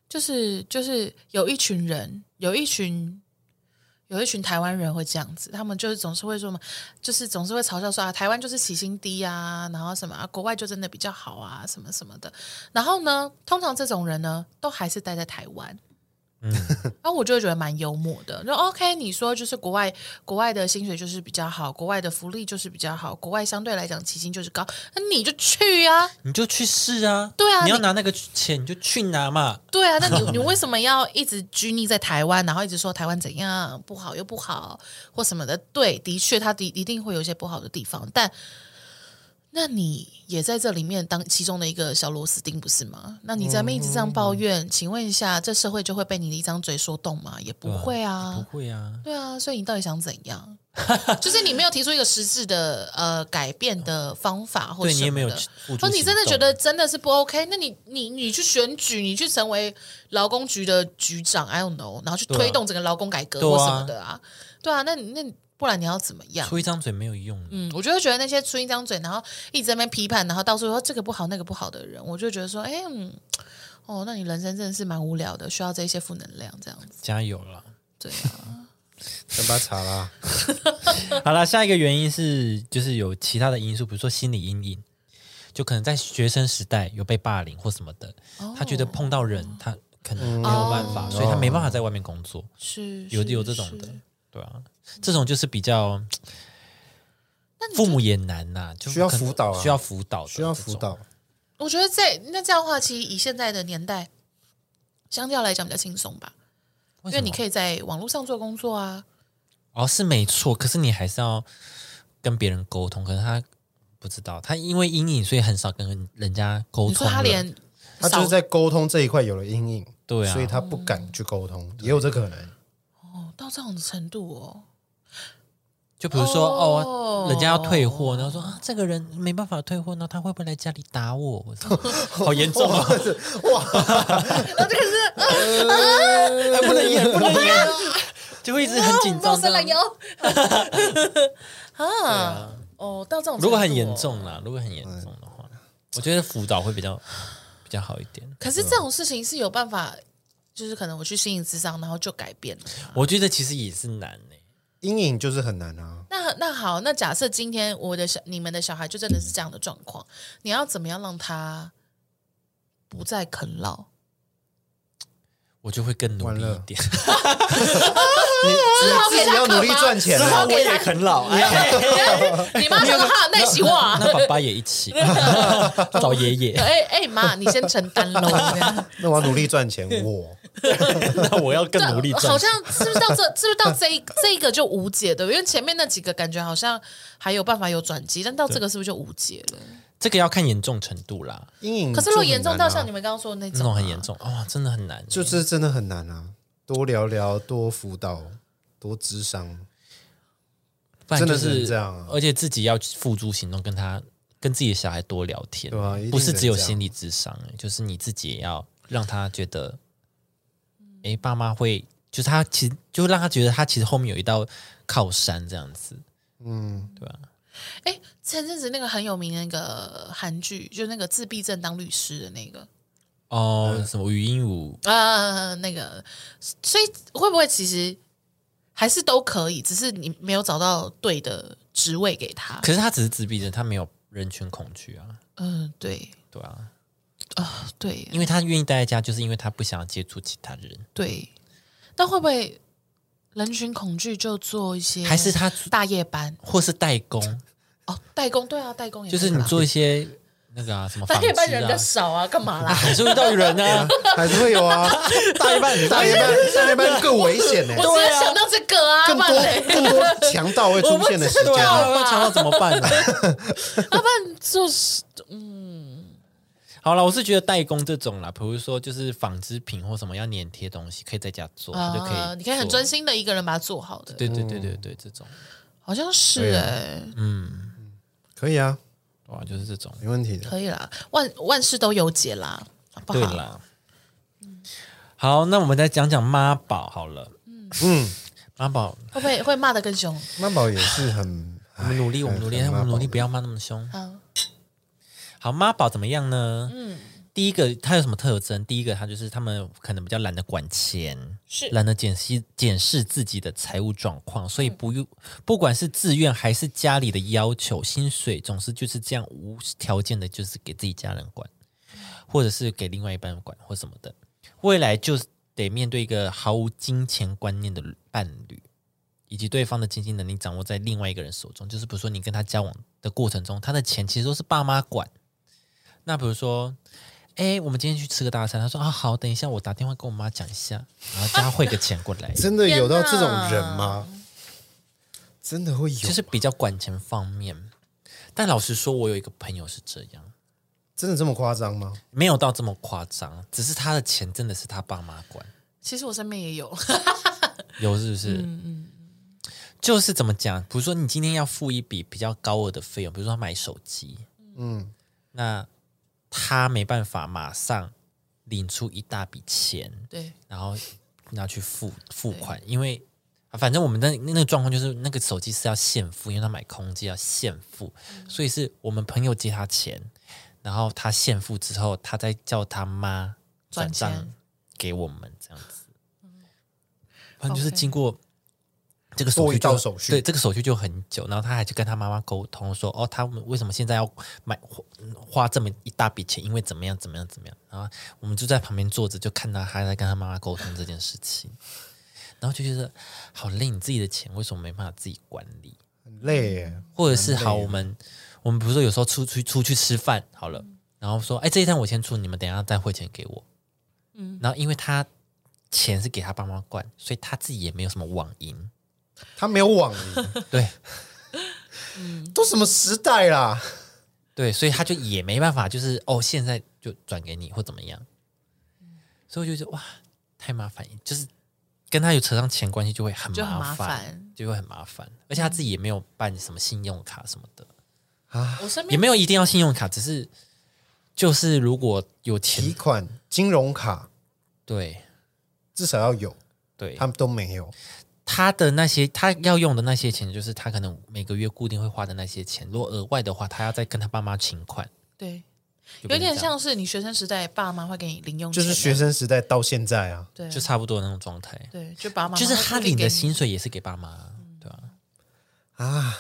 B: 就是就是有一群人，有一群。有一群台湾人会这样子，他们就是总是会说嘛，就是总是会嘲笑说啊，台湾就是起薪低啊，然后什么啊，国外就真的比较好啊，什么什么的。然后呢，通常这种人呢，都还是待在台湾。嗯，然后我就会觉得蛮幽默的，就 OK，你说就是国外国外的薪水就是比较好，国外的福利就是比较好，国外相对来讲起薪就是高，那你就去啊，
A: 你就去试啊，
B: 对啊
A: 你要
B: 你
A: 拿那个钱，你就去拿嘛。
B: 对啊，那你你为什么要一直拘泥在台湾，然后一直说台湾怎样不好又不好或什么的？对，的确，它的一定会有一些不好的地方，但那你也在这里面当其中的一个小螺丝钉，不是吗？那你在那边一直这样抱怨，请问一下，这社会就会被你的一张嘴说动吗？也不会啊，
A: 不会啊，
B: 对啊，所以你到底想怎样？ 就是你没有提出一个实质的呃改变的方法，或
A: 对你也
B: 什么
A: 没有
B: 的
A: 付出
B: 说你
A: 行
B: 真的觉
A: 动啊
B: 得真的是不 OK，那你你你去选举，你去成为劳工局的局长，I don't know，然后去
A: 对啊
B: 推动整个劳工改革
A: 对
B: 或
A: 啊
B: 什么的啊，对啊，那你那你不然你要怎么样？
A: 出一张嘴没有用的。
B: 嗯，我就会觉得那些出一张嘴，然后一直在那边批判，然后到处说这个不好那个不好的人，我就觉得说，哎、嗯，哦，那你人生真的是蛮无聊的，需要这一些负能量这样子，
A: 加油啦！
B: 对啊，
C: 三八查啦，
A: 好了，下一个原因是就是有其他的因素，比如说心理阴影，就可能在学生时代有被霸凌或什么的，他觉得碰到人
B: 哦
A: 他可能没有办法，所以他没办法在外面工作，
B: 是
A: 有
B: 是
A: 有这种的
B: 是，
A: 对啊，这种就是比较
B: 那你
A: 父母也难呐、就
C: 需要
A: 可能
C: 辅导啊
A: 需要辅导，
C: 需要辅。导。
B: 我觉得在那这样的话，其实以现在的年代，相较来讲比较轻松吧，因
A: 什
B: 为
A: 么
B: 你可以在网络上做工作啊。
A: 哦，是没错，可是你还是要跟别人沟通，可能他不知道，他因为阴影，所以很少跟人家沟
B: 你说
A: 通了。
B: 他连
C: 他就是在沟通这一块有了阴影，
A: 对啊
C: 所以他不敢去沟通，也有这可能。
B: 哦到这种程度哦，
A: 就比如说
B: 哦
A: 哦人家要退货，然后说啊，这个人没办法退货，那他会不会来家里打我？我 说好严重 啊！哎不能演，不 能演，就会一直很紧
B: 冒
A: 张
B: 生来
A: 这样。
B: 摇啊。哦，到这种程度哦
A: 如果很严，重啦，如果很严重的话，我觉得辅导会比较比较好一点。
B: 可是这种事情是有办法，就是可能我去心理咨商，然后就改变了。
A: 我觉得其实也是难欸呢、
C: 阴影就是很难啊，
B: 那那好，那假设今天我的小你们的小孩就真的是这样的状况，你要怎么样让他不再啃 老？
A: 我就会更努力一点。
B: 只好
C: 自己要努力赚钱
B: 只
C: 啊
B: 好 给他啃。
A: 啃老，哎
B: 你妈说哈，那你洗我啊？
A: 那爸爸也一 起找爷 爷，
B: 哎哎妈，你先承 担喽。这样
C: 那我要努力赚钱，我
A: 那我要更努力
B: 好
A: 赚钱。
B: 像是不是到这，是不是到这一这一个就无解的？因为前面那几个感觉好像还有办法有转机，但到这个是不是就无解了？
A: 这个要看严重程度啦，
C: 阴影。
B: 可是如果严重到像你
C: 们，
B: 们刚刚说的那
A: 那
B: 种
A: 种
B: 啊，
A: 很严重哦，真的很难。
C: 就
A: 就是
C: 真的很难啊，多聊聊，多辅导，多智商。
A: 不然就
C: 真的
A: 是
C: 是这样啊
A: 而且自己要付诸行动，跟他跟自己的小孩多聊天，
C: 对啊一定
A: 嗯不是只有
C: 得这样
A: 心理智商，欸就是你自己也要让他觉得，哎，爸妈会，就是他其实就让他觉得他其实后面有一道靠山这样子。
C: 嗯，
B: 哎，前阵子那个很有名的那个韩剧，就那个自闭症当律师的那个，
A: 哦，什么语音舞
B: 啊，那个，所以会不会其实还是都可以，只是你没有找到对的职位给他。
A: 可是他只是自闭症，他没有人群恐惧啊，
B: 嗯，对，
A: 对啊，
B: 对，
A: 因为他愿意待在家，就是因为他不想要接触其他人，
B: 对。但会不会人群恐惧就做一些
A: 还是他
B: 大夜班
A: 或是代工，
B: 哦，代工？对啊，代工也
A: 就是
B: 可以
A: 你
B: 吧
A: 做一些那个啊什么纺
B: 大 夜班
A: 织
B: 人比
A: 啊
B: 较，少啊，干嘛
A: 啊
B: 啦？
A: 还是会遇到人啊，
C: 还是会有啊。
A: 大一半你
C: 大夜班，大夜班更危险 呢、
B: 我只有想到这个啊，
C: 更
B: 不
C: 多
B: 然嘞，
C: 更多强盗会出现的时
A: 对
C: 间。
A: 啊，要抢到怎么办呢？
B: 要不然 就是
A: 好了，我是觉得代工这种啦，比如说就是纺织品或什么要粘贴东西，可以在家做，他就可
B: 啊，
A: 以，
B: 你可以很专，心的一个人把它做好的，
A: 对嗯对对对对，这种，
B: 好像是
C: 对啊
B: 哎，
C: 可以啊，
A: 哇，就是这种，
C: 没问题的。
B: 可以啦，万万事都有解啦，好不好？
A: 对啦。好，那我们再讲讲妈宝好了，
C: 嗯，
A: 妈宝，
B: 会不会会骂的更凶？
C: 妈宝也是很，
A: 我们努力，
C: 唉
A: 我们努力，
C: 很
A: 我
C: 很妈
A: 们
C: 宝，
A: 努力，不要骂那么凶。
B: 好，
A: 好，妈宝怎么样呢？嗯，第一个它有什么特征？第一个，它就是他们可能比较懒得管钱，
B: 是
A: 懒得检视检视自己的财务状况，所以不用、不管是自愿还是家里的要求，薪水总是就是这样无条件的，就是给自己家人管，或者是给另外一半管或什么的。未来就是得面对一个毫无金钱观念的伴侣。以及对方的经济能力掌握在另外一个人手中，就是比如说你跟他交往的过程中，他的钱其实都是爸妈管，那比如说，哎、我们今天去吃个大餐，他说啊好，等一下我打电话跟我妈讲一下，然后叫他汇个钱过来
C: 真的有到这种
B: 天
C: 人
B: 哪
C: 吗？真的会有，
A: 就是比较管钱方面。但老实说，我有一个朋友是这样，
C: 真的这么夸张吗？
A: 没有到这么夸张，只是他的钱真的是他爸妈管，
B: 其实我身边也有，
A: 有是不是？嗯嗯就是怎么讲，比如说你今天要付一笔比较高额的费用，比如说他买手机，
C: 嗯，
A: 那他没办法马上领出一大笔钱，
B: 对，
A: 然后拿去付付款，因为啊反正我们的那个状况就是那个手机是要现付，因为他买空机要现付，
B: 嗯
A: 所以是我们朋友借他钱，然后他现付之后，他再叫他妈转账
B: 转钱嗯
A: 给我们这样子，反正就是
B: OK
A: 经过这个手
C: 多
A: 续
C: 一道
A: 就
C: 手续
A: 对这个手续就很久，然后他还去跟他妈妈沟通说，哦，他们为什么现在要买花嗯花这么一大笔钱，因为怎么样怎么样怎么样，然后我们就在旁边坐着，就看到他在跟他妈妈沟通这件事情，然后就觉得好累，你自己的钱为什么没办法自己管理？
C: 很累耶，
A: 或者是好，我们我们比如说有时候出去出去吃饭好了，然后说，哎，这一餐我先出，你们等一下再汇钱给我。嗯，然后因为他钱是给他爸妈管，所以他自己也没有什么网银。
C: 他没有 网银，
A: 对
C: 都什么时代啦？
A: 对，所以他就也没办法，就是哦，现在就转给你或怎么样。所以我就觉得哇，太麻烦，就是跟他有扯上钱关系就会很
B: 就很麻
A: 烦
B: 烦，
A: 就会很麻烦，而且他自己也没有办什么信用卡什么的。
B: 我身
A: 也
B: 边
A: 没有一定要信用卡，只是就是如果有
C: 提
A: 钱，
C: 款、金融卡
A: 对
C: 至少要有，
A: 对，
C: 他
A: 他
C: 们都没有。
A: 他的那些他要用的那些钱，就是他可能每个月固定会花的那些钱，如果额外的话，他要再跟他爸妈请款，
B: 对，
A: 就
B: 有
A: 变成
B: 点
A: 这样，
B: 像是你学生时代爸妈会给你零用
C: 就
B: 钱啊，
C: 是学生时代到现在啊，
B: 对，
A: 就差不多的那种状态。
B: 对，就爸妈
A: 就是
B: 会
A: 他
B: 固定
A: 领
B: 给
A: 的
B: 你
A: 薪水也是给爸妈，对吧、
C: 啊，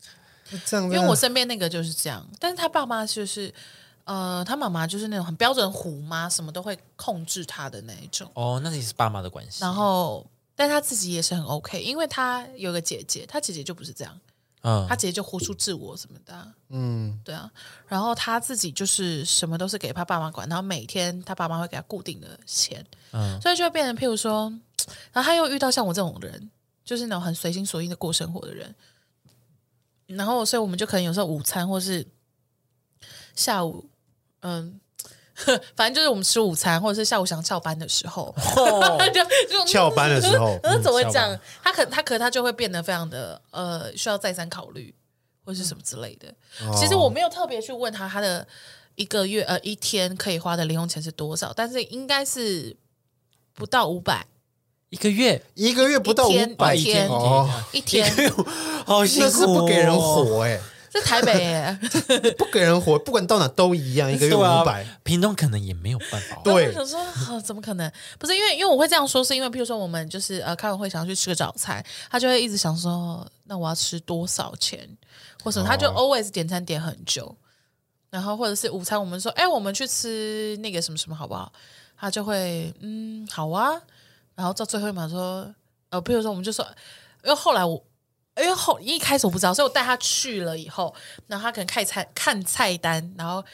C: 这样真的，
B: 因
A: 嗯
B: 为我身边那个就是这样，但是他爸妈就是，呃，他妈妈就是那种很标准虎妈，什么都会控制他的那一种。
A: 哦，那也是爸妈的关系。
B: 然后，但他自己也是很 OK，因为他有个姐姐，他姐姐就不是这样，
A: 嗯
B: 他，姐姐就活出自我什么的啊、
C: 嗯，
B: 对啊。然后他自己就是什么都是给他爸妈管，然后每天他爸妈会给他固定的钱，
A: 嗯
B: 所以就会变成譬如说，然后他又遇到像我这种人，就是那种很随心所欲的过生活的人，然后所以我们就可能有时候午餐或是下午，嗯。 反正就是我们吃午餐，或者是下午想翘班的时候，
A: 哦
B: 就就
C: 哦翘班的时候
B: 嗯，怎么会这
A: 翘
B: 样？他可他可他就会变得非常的呃，需要再三考虑，或是什么之类的。
C: 哦
B: 其实我没有特别去问他他的一个月呃一天可以花的零用钱是多少，但是应该是不到五百
A: 一个月
C: 一个月不到五
B: 一天
C: 百
B: 一天
C: 哦，
B: 一天，
A: 好辛苦、
C: 那
A: 哦，
C: 是不给人活哎，
B: 在台北耶，
C: 不给人活，不管到哪都一样，一个月
A: 对啊
C: 五百，，
A: 屏东可能也没有办法活。
C: 对
B: 然后我想说、啊怎么可能？不是因为因为我会这样说，是因为譬如说我们就是呃开完会想要去吃个早餐，他就会一直想说，哦那我要吃多少钱或什么，他就 always 点餐点很久，然后或者是午餐我们说，哎，我们去吃那个什么什么好不好？他就会嗯好啊，然后到最后一秒说，呃，譬如说我们就说，因为后来我。因为后一开始我不知道，所以我带他去了以后，然后他可能看菜看菜单，然后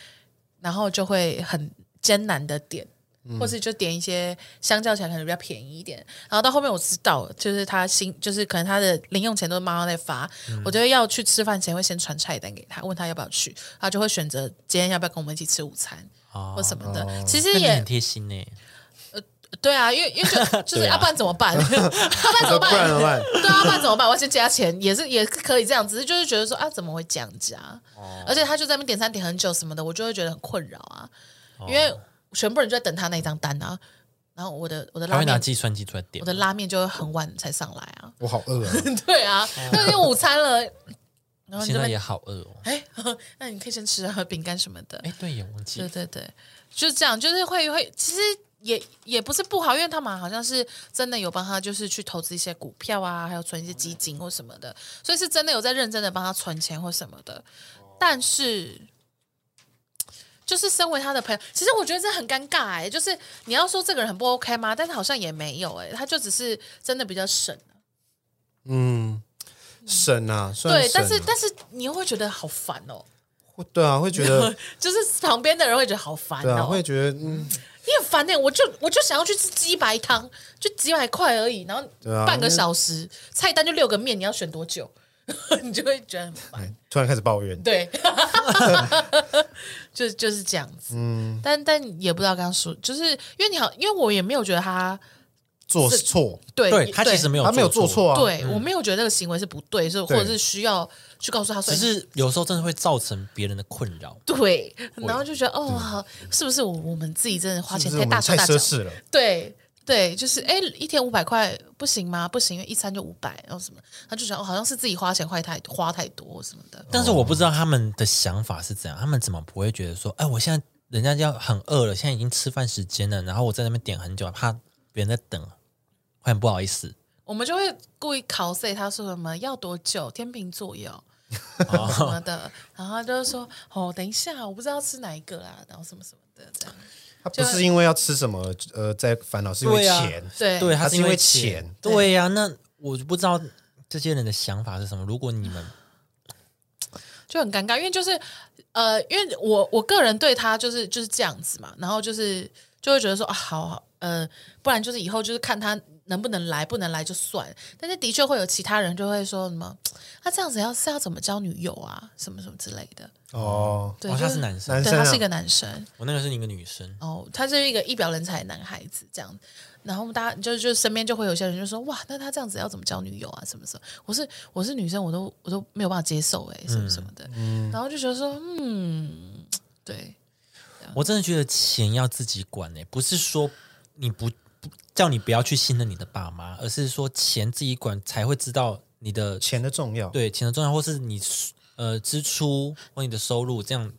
B: 然后就会很艰难的点，
A: 嗯
B: 或是就点一些相较起来可能比较便宜一点。然后到后面我知道了，就是他新，就是可能他的零用钱都是妈妈在发，
A: 嗯
B: 我就会要去吃饭前会先传菜单给他，问他要不要去，他就会选择今天要不要跟我们一起吃午餐
A: 哦
B: 或什么的。其
A: 那
B: 实
A: 你
B: 也
A: 很贴心呢、
B: 对啊，因为 因为就就是
A: 对啊
B: 要不然怎么 办？要不然怎么办？
C: 不然怎么办
B: 对啊，不然怎么办？我要先加钱，也是也是可以这样，只是就是觉得说啊，怎么会这样加？
A: 哦
B: 而且他就在那边点餐点很久什么的，我就会觉得很困扰啊，
A: 哦
B: 因为全部人就在等他那张单啊，然后我的我的
A: 他
B: 拉
A: 会拿
B: 面，
A: 计算机出来点
B: 我。的拉面就会很晚才上来 啊，
C: 我好 饿啊，
B: 对啊，那已经午餐了，然
A: 哦
B: 后你
A: 现
B: 这
A: 在
B: 边
A: 也好饿哦。
B: 哎， 那你可以先吃啊饼干什么的，
A: 哎，对也忘记
B: 对。对对，就是这样，就是会会，其实也也不是不好，因为他们好像是真的有帮他，就是去投资一些股票啊，还有存一些基金或什么的，所以是真的有在认真的帮他存钱或什么的。但是，就是身为他的朋友，其实我觉得这很尴尬哎、就是你要说这个人很不 OK 吗？但是好像也没有哎、他就只是真的比较省。啊
C: 嗯，省啊，算
B: 对，但
C: 省
B: 是
C: 啊
B: 但是你又会觉得好烦哦，
C: 会对啊，会觉得
B: 就是旁边的人会觉得好烦
C: 对啊，
B: 哦，
C: 会觉得嗯，
B: 你很烦哎、我就我就想要去吃鸡白汤，就几百块而已，然后
C: 对啊
B: 半个小时，菜单就六个面，你要选多久？ 你就会觉得很烦。
C: 哎突然开始抱怨，
B: 对， 就就是这样子。嗯，但但也不知道刚刚说，就是因为你好，因为我也没有觉得他
C: 做错，
B: 对
A: 对他其实没有，
C: 他没有做错
A: 啊，
C: 啊，
B: 对、我没有觉得这个行为是不对，所以或者
C: 对
B: 是需要去告诉他说，哎
A: 只是有时候真的会造成别人的困扰。
B: 对，然后就觉得哦，好，是不是我我们自己真的花
C: 啊是
B: 钱
C: 不是我
B: 大
C: 们
B: 手
C: 太
B: 大
C: 奢
B: 脚？
C: 侈了？
B: 对对，就是哎，一天五百块不行吗？不行，因为一餐就五百，然后什么，他就觉得哦，好像是自己花钱花太花太多什么的。
A: 但是我不知道他们的想法是怎样，他们怎么不会觉得说，哎，我现在人家要很饿了，现在已经吃饭时间了，然后我在那边点很久，怕别人在等，会很不好意思。
B: 我们就会故意 cos 他说什么要多久，天秤座要什么的，然后他就说哦，等一下，我不知道吃哪一个啦，然后什么什么的这样。
C: 他不是因为要吃什么呃在烦恼，是因为
A: 对啊
C: 钱。
B: 对
A: 对，他
C: 他
A: 是
C: 是
A: 因
C: 因
A: 为
C: 为
A: 钱
C: 钱。
A: 对呀、那我就不知道这些人的想法是什么。如果你们
B: 就很尴尬，因为就是呃，因为我我个人对他就是就是这样子嘛，然后就是就会觉得说啊，好好呃，不然就是以后就是看他能不能来，不能来就算。但是的确会有其他人就会说什么，他、这样子要是要怎么交女友啊，什么什么之类的。
C: 哦，
B: 对，
A: 哦
B: 就
A: 他是男生
C: 男
B: 对，
C: 生
B: 他
C: 啊
B: 是一个男生，
A: 我那个是一个女生，
B: 哦，他是一个仪表人才的男孩子这样。然后大家就就身边就会有些人就说哇，那他这样子要怎么交女友啊？什么什么？我是我是女生，我都我都没有办法接受哎、什么什么的。
A: 嗯
B: 然后就觉得说嗯，对，
A: 我真的觉得钱要自己管诶、不是说你不不叫你不要去信任你的爸妈，而是说钱自己管才会知道你的
C: 钱的重要。
A: 对钱的重要，或是你呃支出或你的收入，这样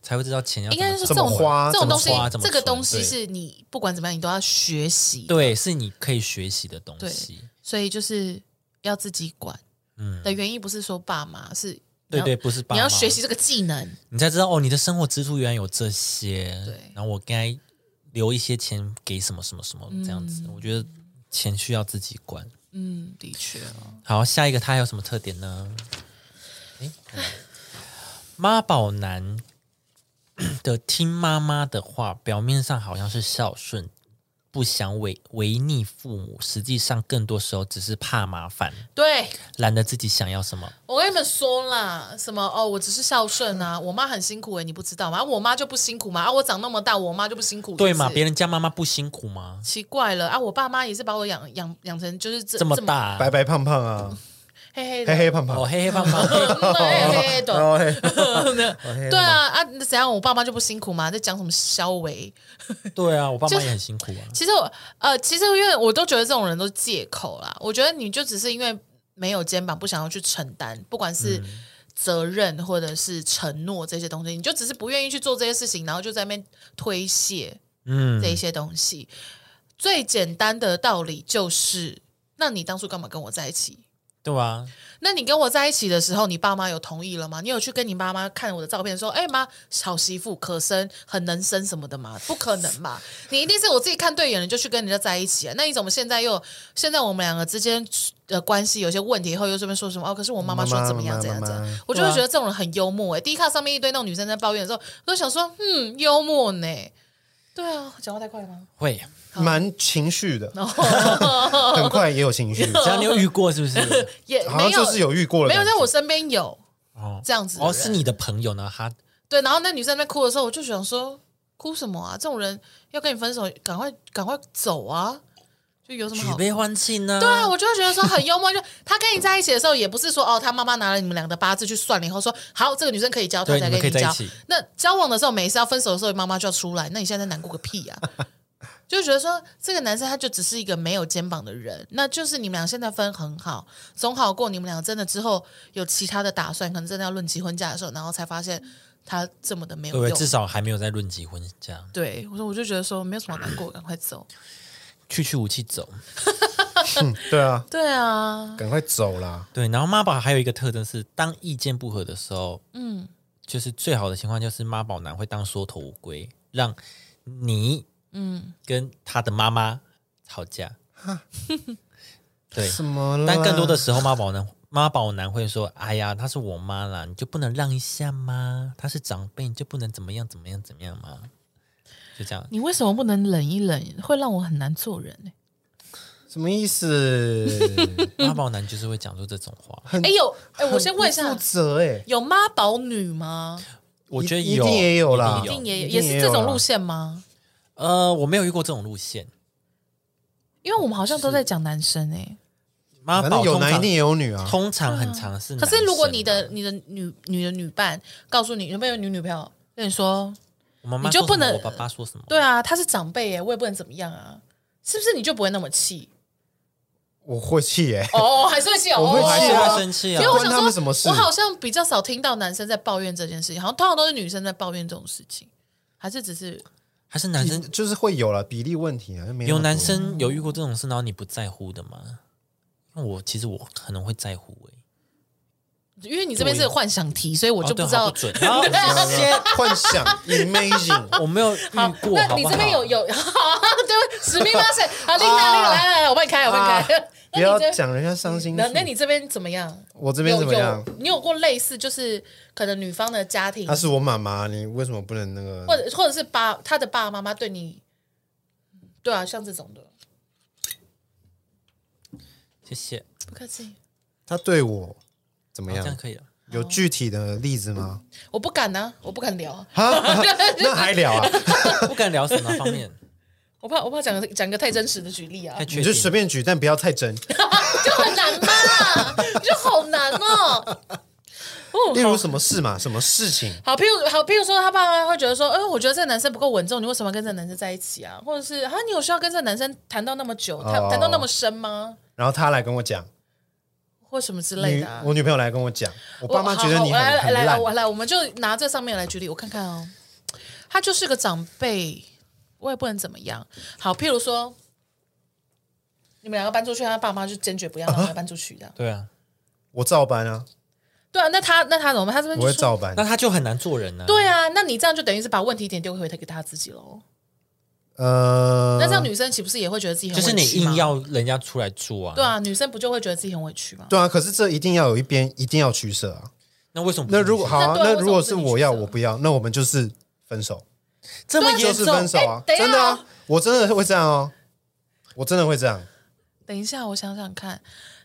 A: 才会知道钱要
B: 应
A: 怎么
B: 该是
A: 管
B: 这种
C: 怎么花
B: 这种东西
A: 怎么花，怎么
B: 这个
A: 存
B: 东西
A: 对
B: 是你不管怎么样你都要学习。，
A: 对，是你可以学习的东
B: 对
A: 西。
B: 所以就是要自己管。
A: 嗯
B: 的原因不是说爸妈是你
A: 对
B: 要
A: 对，不是爸
B: 你
A: 妈
B: 要学习这个技能。
A: 你才知道哦，你的生活支出原来有这些，
B: 对
A: 然后我该留一些钱给什么什么什么这样子。我觉得钱需要自己管。
B: 嗯，的确哦，
A: 好，下一个他有什么特点呢？诶妈宝男 的听妈妈的话，表面上好像是孝顺，不想违违逆父母，实际上更多时候只是怕麻烦，
B: 对。
A: 懒得自己想要什么。
B: 我跟你们说啦，什么哦，我只是孝顺啊，我妈很辛苦哎、你不知道吗？啊我妈就不辛苦嘛，啊，我长那么大，我妈就不辛苦，
A: 对
B: 是不
A: 嘛？
B: 是
A: 别人家妈妈不辛苦吗？
B: 奇怪了啊，我爸妈也是把我养养养成就是这
A: 这么，大，
C: 白白胖胖啊，
B: 黑黑的
C: 黑黑胖胖
A: 哦，，黑 黑胖胖，
B: 嗯黑黑黑的，
C: 哦嘿
B: 对啊啊，那怎样？我爸妈就不辛苦嘛，在讲什么肖维？
A: 对啊，我爸妈也很辛苦啊。
B: 其实我呃，其实因为我都觉得这种人都是借口啦。我觉得你就只是因为没有肩膀，不想要去承担，不管是责任或者是承诺这些东西，你就只是不愿意去做这些事情，然后就在那边推卸
A: 嗯
B: 这，一些东西。最简单的道理就是，那你当初干嘛跟我在一起？
A: 对啊吧？
B: 那你跟我在一起的时候，你爸妈有同意了吗？你有去跟你妈妈看我的照片说，哎、妈，好媳妇可生，很能生什么的吗？不可能 嘛！你一定是我自己看对眼了就去跟人家在一起啊。那你怎么现在又现在我们两个之间的关系有些问题以后，又这边说什么哦？可是我妈妈说怎么样
C: 妈妈
B: 怎样怎
C: 妈
B: 样
C: 妈，
B: 我就会觉得这种人很幽默哎、第一看上面一堆那种女生在抱怨的时候，我就想说，嗯，幽默呢。对啊，讲话太快了吗？
A: 会，
C: 蛮情绪的，
B: 哦
C: 很快也有 情绪，
A: 只要你有遇过，是不是？
B: 也
C: 好
B: 没
C: 像
B: 有
C: 就是有遇过了
B: 没
C: 感觉，
B: 有在我身边有
A: 哦，
B: 这样子的
A: 哦，
B: 人
A: 是你的朋友呢，他
B: 对，然后那女生在哭的时候，我就想说，哭什么啊？这种人要跟你分手，赶快赶快走啊！就有什么
A: 举
B: 好？
A: 杯欢庆呢？
B: 对啊，我就会觉得说很幽默，就他跟你在一起的时候，也不是说哦，他妈妈拿了你们两个的八字去算了以后说，好，这个女生可以交，他
A: 对
B: 才
A: 你们可
B: 跟
A: 以在一
B: 交
A: 起。
B: 那交往的时候没事，要分手的时候，妈妈就要出来，那你现在在难过个屁 啊！就觉得说这个男生他就只是一个没有肩膀的人，那就是你们俩现在分很好，总好过你们俩真的之后有其他的打算，可能真的要论及婚嫁的时候，然后才发现他这么的没
A: 对
B: 有
A: 不对，
B: 用
A: 至。少还没有在论及婚嫁，
B: 对，我说我就觉得说没有什么好难过，赶快走。
A: 去去武器走。
C: 对啊，
B: 对啊，
C: 赶快走啦！
A: 对，然后妈宝还有一个特征是，当意见不合的时候，嗯，就是最好的情况就是妈宝男会当缩头乌龟，让你嗯跟他的妈妈吵架。 对，
C: 什么啦？
A: 但更多的时候，妈宝男妈宝男会说：“哎呀，她是我妈啦，你就不能让一下吗？她是长辈，你就不能怎么样怎么样怎么样吗？”就这样，
B: 你为什么不能忍一忍？会让我很难做人呢、
C: 什么意 思？
A: 妈宝男就是会讲出这种话。
C: 很
B: 哎、有哎、我先问一
C: 很
B: 下
C: 不负，责哎，
B: 有妈宝女吗？
A: 我
C: 一
A: 觉得
C: 一
A: 有，
C: 定也有啦
A: 一
B: 一
A: 定
B: 定
A: 有
B: 也
C: 一
B: 也
C: 定
B: 是
C: 也
B: 这
C: 有啊
B: 种
C: 啦
B: 路线吗？
A: 呃，我没有遇过这种路线。
B: 因为我们好像都在讲男生哎、
A: 妈
C: 反正
A: 宝
C: 有
A: 通
C: 男一
A: 常
C: 定也有女啊。
A: 通常很常是男
B: 可
A: 生啊，
B: 是如果你的你的女你的女伴告诉你有没有女女朋友，跟你说，
A: 我妈妈
B: 你就
A: 说什
B: 不
A: 么
B: 能
A: 我爸爸说什么，
B: 对啊，她是长辈耶、我也不能怎么样啊，是不是你就不会那么 气？
C: 我会气哎，
B: 哦，还是会气哦，
C: 我会
A: 我还是
C: 气啊
A: 会生气
B: 因
A: 啊
B: 为。我
C: 关
B: 想
C: 他们什么
B: 说，
C: 事
B: 我好像比较少听到男生在抱怨这件事情，好像通常都是女生在抱怨这种事情，还是只是
A: 还是男 生
C: 就是会有了比例问题啊，没那么
A: 有
C: 多
A: 男生有遇过这种事，然后你不在乎的吗？因为我其实我可能会在乎哎、
B: 因为你这边是幻想题，所以我
A: 我
B: 就不知
C: 哦
B: 道。
A: 哦不准。然 后这些
C: 幻想 ，imagine，
A: 我没有遇 过，好不
B: 那你这边有
A: 好？
B: 有， 好对，史密马森，好，琳达，琳达，来啊来来，我帮你开，我帮你开。 那
C: 啊不
B: 你
C: 要
B: 这
C: 讲人家伤心
B: 那
C: 事
B: 那你这边怎么样？
C: 我这
B: 这
C: 边怎么样？？
B: 你有过类似就是可能女方的家庭
C: 她，是我妈妈，你为什么不能那个？
B: 或者或者是爸他的爸爸妈妈对你，对啊，像这种的，
A: 谢谢，
B: 不客气，
C: 她对我怎么
A: 好这样
C: 样？
A: 可以了。
C: 有具体的例子 吗？
B: 我不敢呢，我不敢聊，啊
C: 那还聊啊？
A: 不敢聊什么方 面，
B: 我怕我怕讲讲一个太真实的举例啊
A: 太，
C: 你
A: 确
C: 就随
A: 定。
C: 便举，但不要 太真。
B: 就很难嘛，就好难哦。哦
C: 例如什么事嘛，什么事情？
B: 好，譬如好，譬如说，他爸妈会觉得说，哎、我觉得这个男生不够稳重，你为什么要跟这个男生在一起啊？或者是啊，你有需要跟这个男生谈到那么久，谈
C: 哦
B: 谈到那么深吗？
C: 然后她来跟我讲，
B: 或什么之类
C: 女
B: 的、啊？
C: 我女朋友来跟我讲，我爸妈觉得你
B: 好好来
C: 很
B: 来
C: 很
B: 来
C: 烂，
B: 我来，我们就拿这上面来举例，我看看哦。他就是个长辈，我也不能怎么样。好，譬如说，你们两个搬出去，他爸妈就坚决不要让他们搬出去，这样。
A: 对啊，
C: 我照搬啊，
B: 对啊，那他那他怎么办？他这边
C: 我
B: 就
C: 会
B: 说，
C: 照搬
A: 那。他就很难做人呢、
B: 对啊，那你这样就等于是把问题点丢回给他自己喽。
C: 呃，
B: 那这样女生岂不是也会觉得自己很
A: 就是你
B: 委屈吗
A: 硬要人家出来住啊。
B: 对啊，女生不就会觉得自己很委屈吗？
C: 对啊，可是这一定要有一边一定要取舍啊。
A: 那为什么不
C: 那
A: 是你选？
C: 如果好、啊
B: 那，对啊
C: 那如果
B: 为什
C: 是
B: 么不是你
C: 我要
B: 选择
C: 我不要，那我们就是分手，
A: 这么
C: 就
A: 严
C: 是
A: 重，
C: 分手啊！
B: 哎等一下
C: 真的啊，我真的会这样哦，我真的会这样。
B: 等一下，我想想看，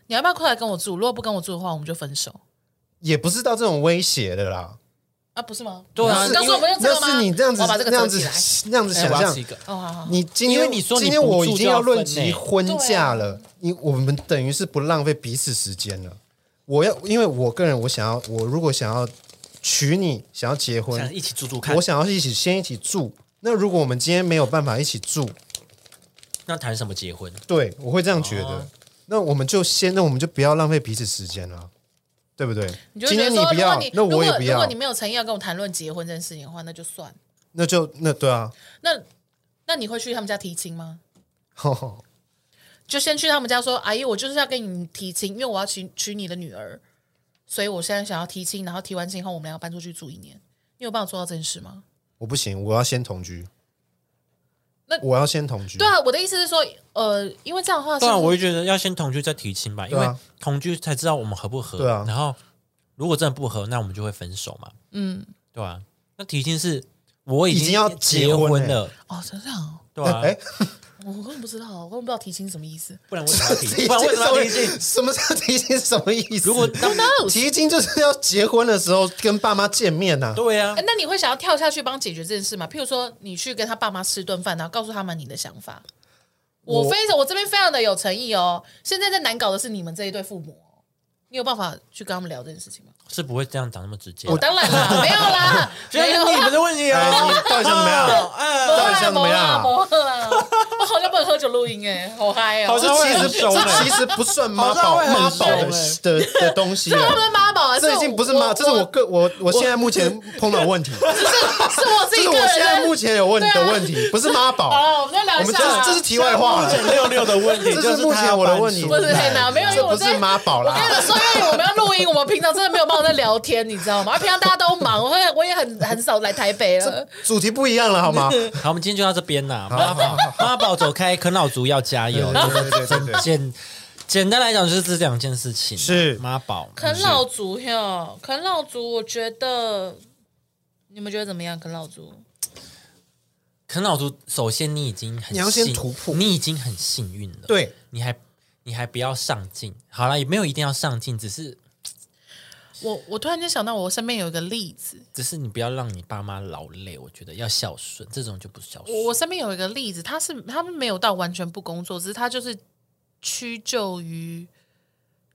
B: 你要不要快来跟我住？如果不跟我住的话，我们就分手
C: 也不是到这种威胁的啦，
B: 啊，不是吗？
A: 对啊
B: 我刚
C: 因为
B: 说我们就知道吗？
C: 那是你这样子
B: 我把这个
C: 那样
B: 折起来。
C: 子那样子
A: 哎
C: 想
A: 我要
C: 象
A: 吃一，个。
B: 哦，好好好，
C: 你今天
A: 因为你说你
C: 今天我已经要论
A: 不住就
C: 及
A: 要
C: 婚
B: 啊
C: 嫁了，你我们等于是不浪费彼此时间了。我要，因为我个人我想要，我如果想要娶你，想要结婚，
A: 想一起住住看
C: 我，想要一起先一起住。那如果我们今天没有办法一起住，
A: 那谈什么结婚？
C: 对我会这样觉得。
A: 哦
C: 那我们就先，那我们就不要浪费彼此时间了，对不对？
B: 你就会觉
C: 今天
B: 得
C: 你
B: 说，如果
C: 不要
B: 你，
C: 那
B: 如
C: 我
B: 果
C: 也不
B: 如果
C: 要
B: 你，没有诚意要跟我谈论结婚这件事情的话，那就算。
C: 那就那对啊，
B: 那那你会去他们家提亲吗？
C: 哦、
B: 就先去他们家说，阿姨，我就是要跟你提亲，因为我要娶娶你的女儿，所以我现在想要提亲，然后提完亲后，我们两个搬出去住一年。你有办法做到这件事吗？
C: 我不行，我要先同居。
B: 那
C: 我要先同居，
B: 对啊，我的意思是说，呃，因为这样的话，
C: 啊
A: 当然，
B: 是不
A: 我
B: 是
A: 就觉得要先同居再提亲吧，因
C: 对啊
A: 为同居才知道我们合不合。
C: 对啊
A: 然后如果真的不合，那我们就会分手嘛。嗯，对啊。那提亲是我
C: 已经要结
A: 结
C: 婚
A: 婚
C: 嘞
A: 了，
B: 哦，真这样哦，
A: 对啊。
C: 哎，
B: 我根本不知道，我根本不知道提亲是什么意 思。
A: 不然为什么要提？不然为什么要提亲？
C: 什么叫提亲？什么意思？
A: 如果
B: Who
A: 那
B: knows？
C: 提亲就是要结婚的时候跟爸妈见面呐、
A: 对啊
B: 哎，那你会想要跳下去帮解决这件事吗？譬如说，你去跟他爸妈吃顿饭，然后告诉他们你的想法。我
C: 我
B: 非常，我这边非常的有诚意哦。现在在难搞的是你们这一对父母哦，你有办法去跟他们聊这件事情吗？
A: 是不会这样讲那么直接
B: 我
A: 的。
B: 当然啦，没有 啦，
A: 所以
B: 没
A: 是
B: 有
A: 你们
B: 啦，
A: 的问题
C: 哎，
A: 啊！
C: 你到底想怎么样？
A: 哎，
C: 到底想怎么样啊
B: 没有啦，我好像不能喝酒录音哎，好嗨哦！
A: 好
C: 这
A: 像会
C: 其
A: 很
C: 实
A: 凶
C: 这
A: 欸
C: 其实不算
A: 好
C: 妈宝
A: 像会
C: 妈
A: 很
C: 宝
A: 凶
C: 的
A: 欸
C: 的的东西
B: 他们
C: 了，
B: 是妈宝啊，
C: 这已经不是妈，这是我个我我现在目前碰到的问题，
B: 是我自己
C: 这是
B: 个
C: 我
B: 人
C: 现在目前有问
B: 对啊
C: 的问题，不是妈
B: 好啊
C: 宝。
B: 了，我们再聊
C: 我
B: 一
C: 们
B: 下
C: 这是
B: 啦。
C: 这是题外话了，
A: 六六的问题，
C: 这
A: 就是
C: 目
A: 他要
C: 前我的
A: 搬
C: 问题，
A: 出
B: 不是
A: 来
B: 哪没有因为
C: 这
B: 我
C: 不
B: 在
C: 是妈宝
B: 我跟
C: 啦。
B: 你说，因为我们要录音，我们平常真的没有办法在聊天，你知道吗？啊平常大家都忙， 我也我也很很少来台北了。
C: 主题不一样了，好 吗？
A: 好，我们今天就到这边啦。
C: 好
A: 妈
C: 好
A: 宝，妈宝走开，啃老族要加油。
C: 对对对对对对
A: 简简单来讲就是这两件事情，
C: 是
A: 妈宝。
B: 啃老族哟，啃老族，我觉得你们觉得怎么样？啃老族，
A: 啃老族，首先你已经很
C: 你要先
A: 幸
C: 突破
A: 你已经很幸运了。，
C: 对，
A: 你还你还不要上进，好了，也没有一定要上进，只是
B: 我我突然间想到，我身边有一个例子，
A: 只是你不要让你爸妈劳累，我觉得要孝顺，这种就不孝顺
B: 我。我身边有一个例子，他是他们没有到完全不工作，只是他就是屈就于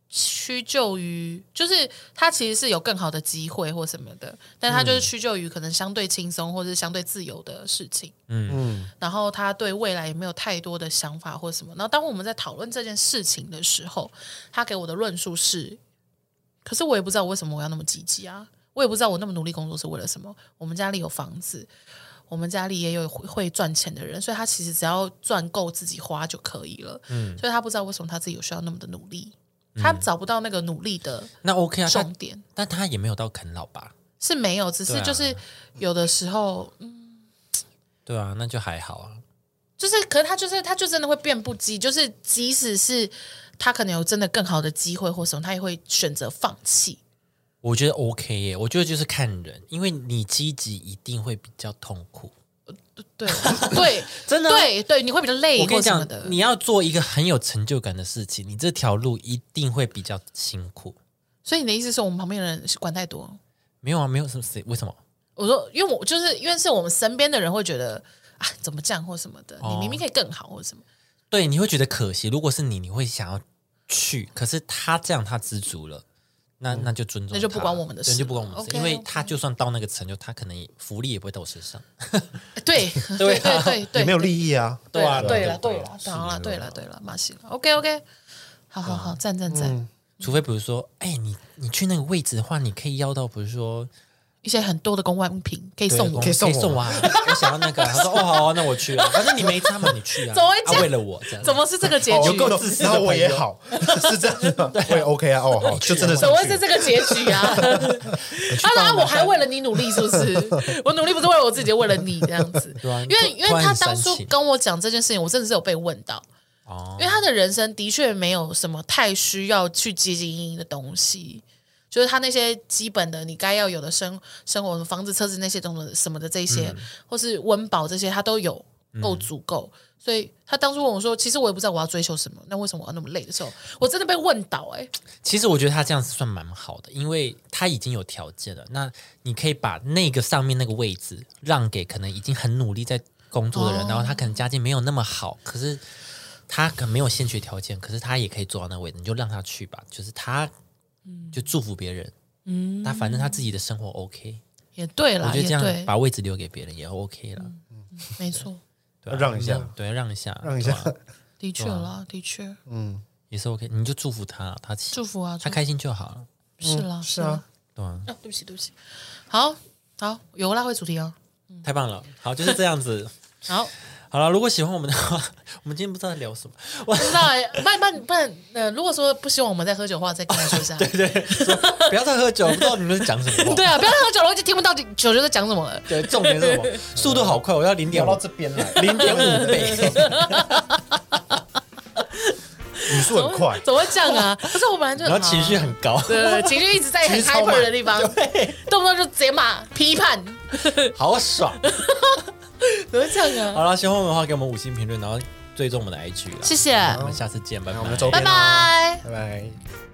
B: 屈就于，就是他其实是有更好的机会或什么的，但他就是屈就于可能相对轻松或者是相对自由的事情。
C: 嗯，
B: 然后他对未来也没有太多的想法或什么。然后当我们在讨论这件事情的时候，他给我的论述是：可是我也不知道为什么我要那么积极啊，我也不知道我那么努力工作是为了什么。我们家里有房子，我们家里也有会会赚钱的人，所以他其实只要赚够自己花就可以了。嗯，所以他不知道为什么他自己有需要那么的努力。他找不到那个努力的
A: 那 OK 啊，
B: 重
A: 但
B: 点，
A: 但他也没有到啃老吧？
B: 是没有，只
A: 对
B: 是
A: 啊
B: 就是有的时候，嗯
A: 对啊，那就还好啊。
B: 就是，可是他就是他就真的会变不羁，就是即使是他可能有真的更好的机会或什么，他也会选择放弃。
A: 我觉得 OK 耶，我觉得就是看人，因为你积极一定会比较痛苦。
B: 对 对，
A: 真的啊
B: 对对，你会比较累
A: 我跟
B: 或
A: 你
B: 什么
A: 讲
B: 的，。
A: 你要做一个很有成就感的事情，你这条路一定会比较辛苦。
B: 所以你的意思是我们旁边的人管太多？
A: 没有啊，没有什么谁为什么？
B: 我说，因为我就是因为是我们身边的人会觉得啊，怎么这样或什么的，
A: 哦
B: 你明明可以更好或什么。
A: 对，你会觉得可惜。如果是你，你会想要去，可是他这样他知足了，那那就尊重他，
B: 嗯那就不关我们的事
A: 对就不关我们的事，
B: OK，
A: 因为
B: OK
A: 他就算到那个成就，他可能也福利也不会到我身上。
B: 哎对
A: 对
B: 对
A: 啊
B: 对对，
C: 也没有利益啊。
B: 对
A: 啊
B: 了，对
A: 啊
B: 了，对
A: 啊
B: 了，当然了，对了，对了，马西了，OK OK，好好好，赞赞赞，
A: 除非比如说，哎，你你去那个位置的话，你可以要到，比如说
B: 一些很多的公关品可以
A: 对
B: 送
A: 我
B: 我
C: 可，以送
A: 可以送
C: 我
A: 我啊，我想要那个啊。他说哦好啊，那我去啊，反正你没差嘛，你去啊，
B: 怎么会这
A: 啊
B: 样
A: 为了我这样？
B: 怎么是这个结
C: 哦
B: 局？
A: 够
C: 然后
A: 自私的
C: 然后我
A: 朋友
C: 也好， 是这样子吗？我也 OK 啊，哦，好，就真的是
B: 怎么会是这个结局 啊？他然后我还为了你努力，是不 是？我努力不是为了我自己，为了你这样 子。
A: 对啊
B: 因
A: 你
B: 为
A: 突
B: 因为
A: 突然
B: 他
A: 很煽
B: 当初
A: 情
B: 跟我讲这件事情，我真的是有被问到，
A: 哦
B: 因为他的人生的确没有什么太需要去汲汲营营的东西。就是他那些基本的，你该要有的生生活、房子、车子那些东西什么的这些，
A: 嗯
B: 或是温饱这些，他都有够足够。所以他当初问我说：“其实我也不知道我要追求什么，那为什么我要那么累？”的时候，我真的被问倒哎、欸
A: 其实我觉得他这样子算蛮好的，因为他已经有条件了。那你可以把那个上面那个位置让给可能已经很努力在工作的
B: 哦
A: 人，然后他可能家境没有那么好，可是他可能没有先决条件，可是他也可以做到那个位置，你就让他去吧。就是他，就祝福别人，嗯，他反正他自己的生活 OK，
B: 也对
A: 我
B: 啦，
A: 觉得
B: 啊也
A: 这
B: 对嗯
A: 样，把位置留给别人也 OK 了，
B: 没错，
A: 对啊
C: 让一下
A: 嗯对，让一下，
C: 让一下
A: 对啊
B: 的确啦，的确，
C: 嗯，
A: 也是 OK，你就祝福他，他
B: 祝福啊，
A: 他
B: 祝
A: 开心就好了，
B: 是啦，
C: 是啊，
A: 对啊
B: 啦，啊，对不起，对不起，好好，有拉回主题哦，
A: 太棒了，好，就是这样子。
B: 好，
A: 好了，如果喜欢我们的话， 我们今天不知道在聊什么。哇，
B: 不知道哎，不然不然不然，呃，如果说不希望我们再喝酒的话，再跟他说一下，对对
A: 不要再喝酒，不知道你们在讲什么。
B: 啊，不要再喝酒了，我已经听不到底酒就在讲什么了。
A: 对，重点是什么？速度好快，我要零点
C: 聊
A: 五
C: 到这边来，
A: 零点五倍。
C: 语速很快，
B: 怎么会这样啊？可是我本来就
A: 然后情 绪
B: 好
A: 很高。
B: 对对对情绪一直在很
C: 情绪超
B: hyper
C: 满
B: 的地方，动不动就直接骂批判，
A: 好爽。
B: 怎么会这样啊？
A: 好了，喜欢我们的话，给我们五星评论，然后追踪我们的 IG 啦。
B: 谢谢，
A: 我们下次见，拜
C: 那
A: 拜。
C: 我们的周
B: 拜
C: 边啊
B: 拜。
C: 拜拜。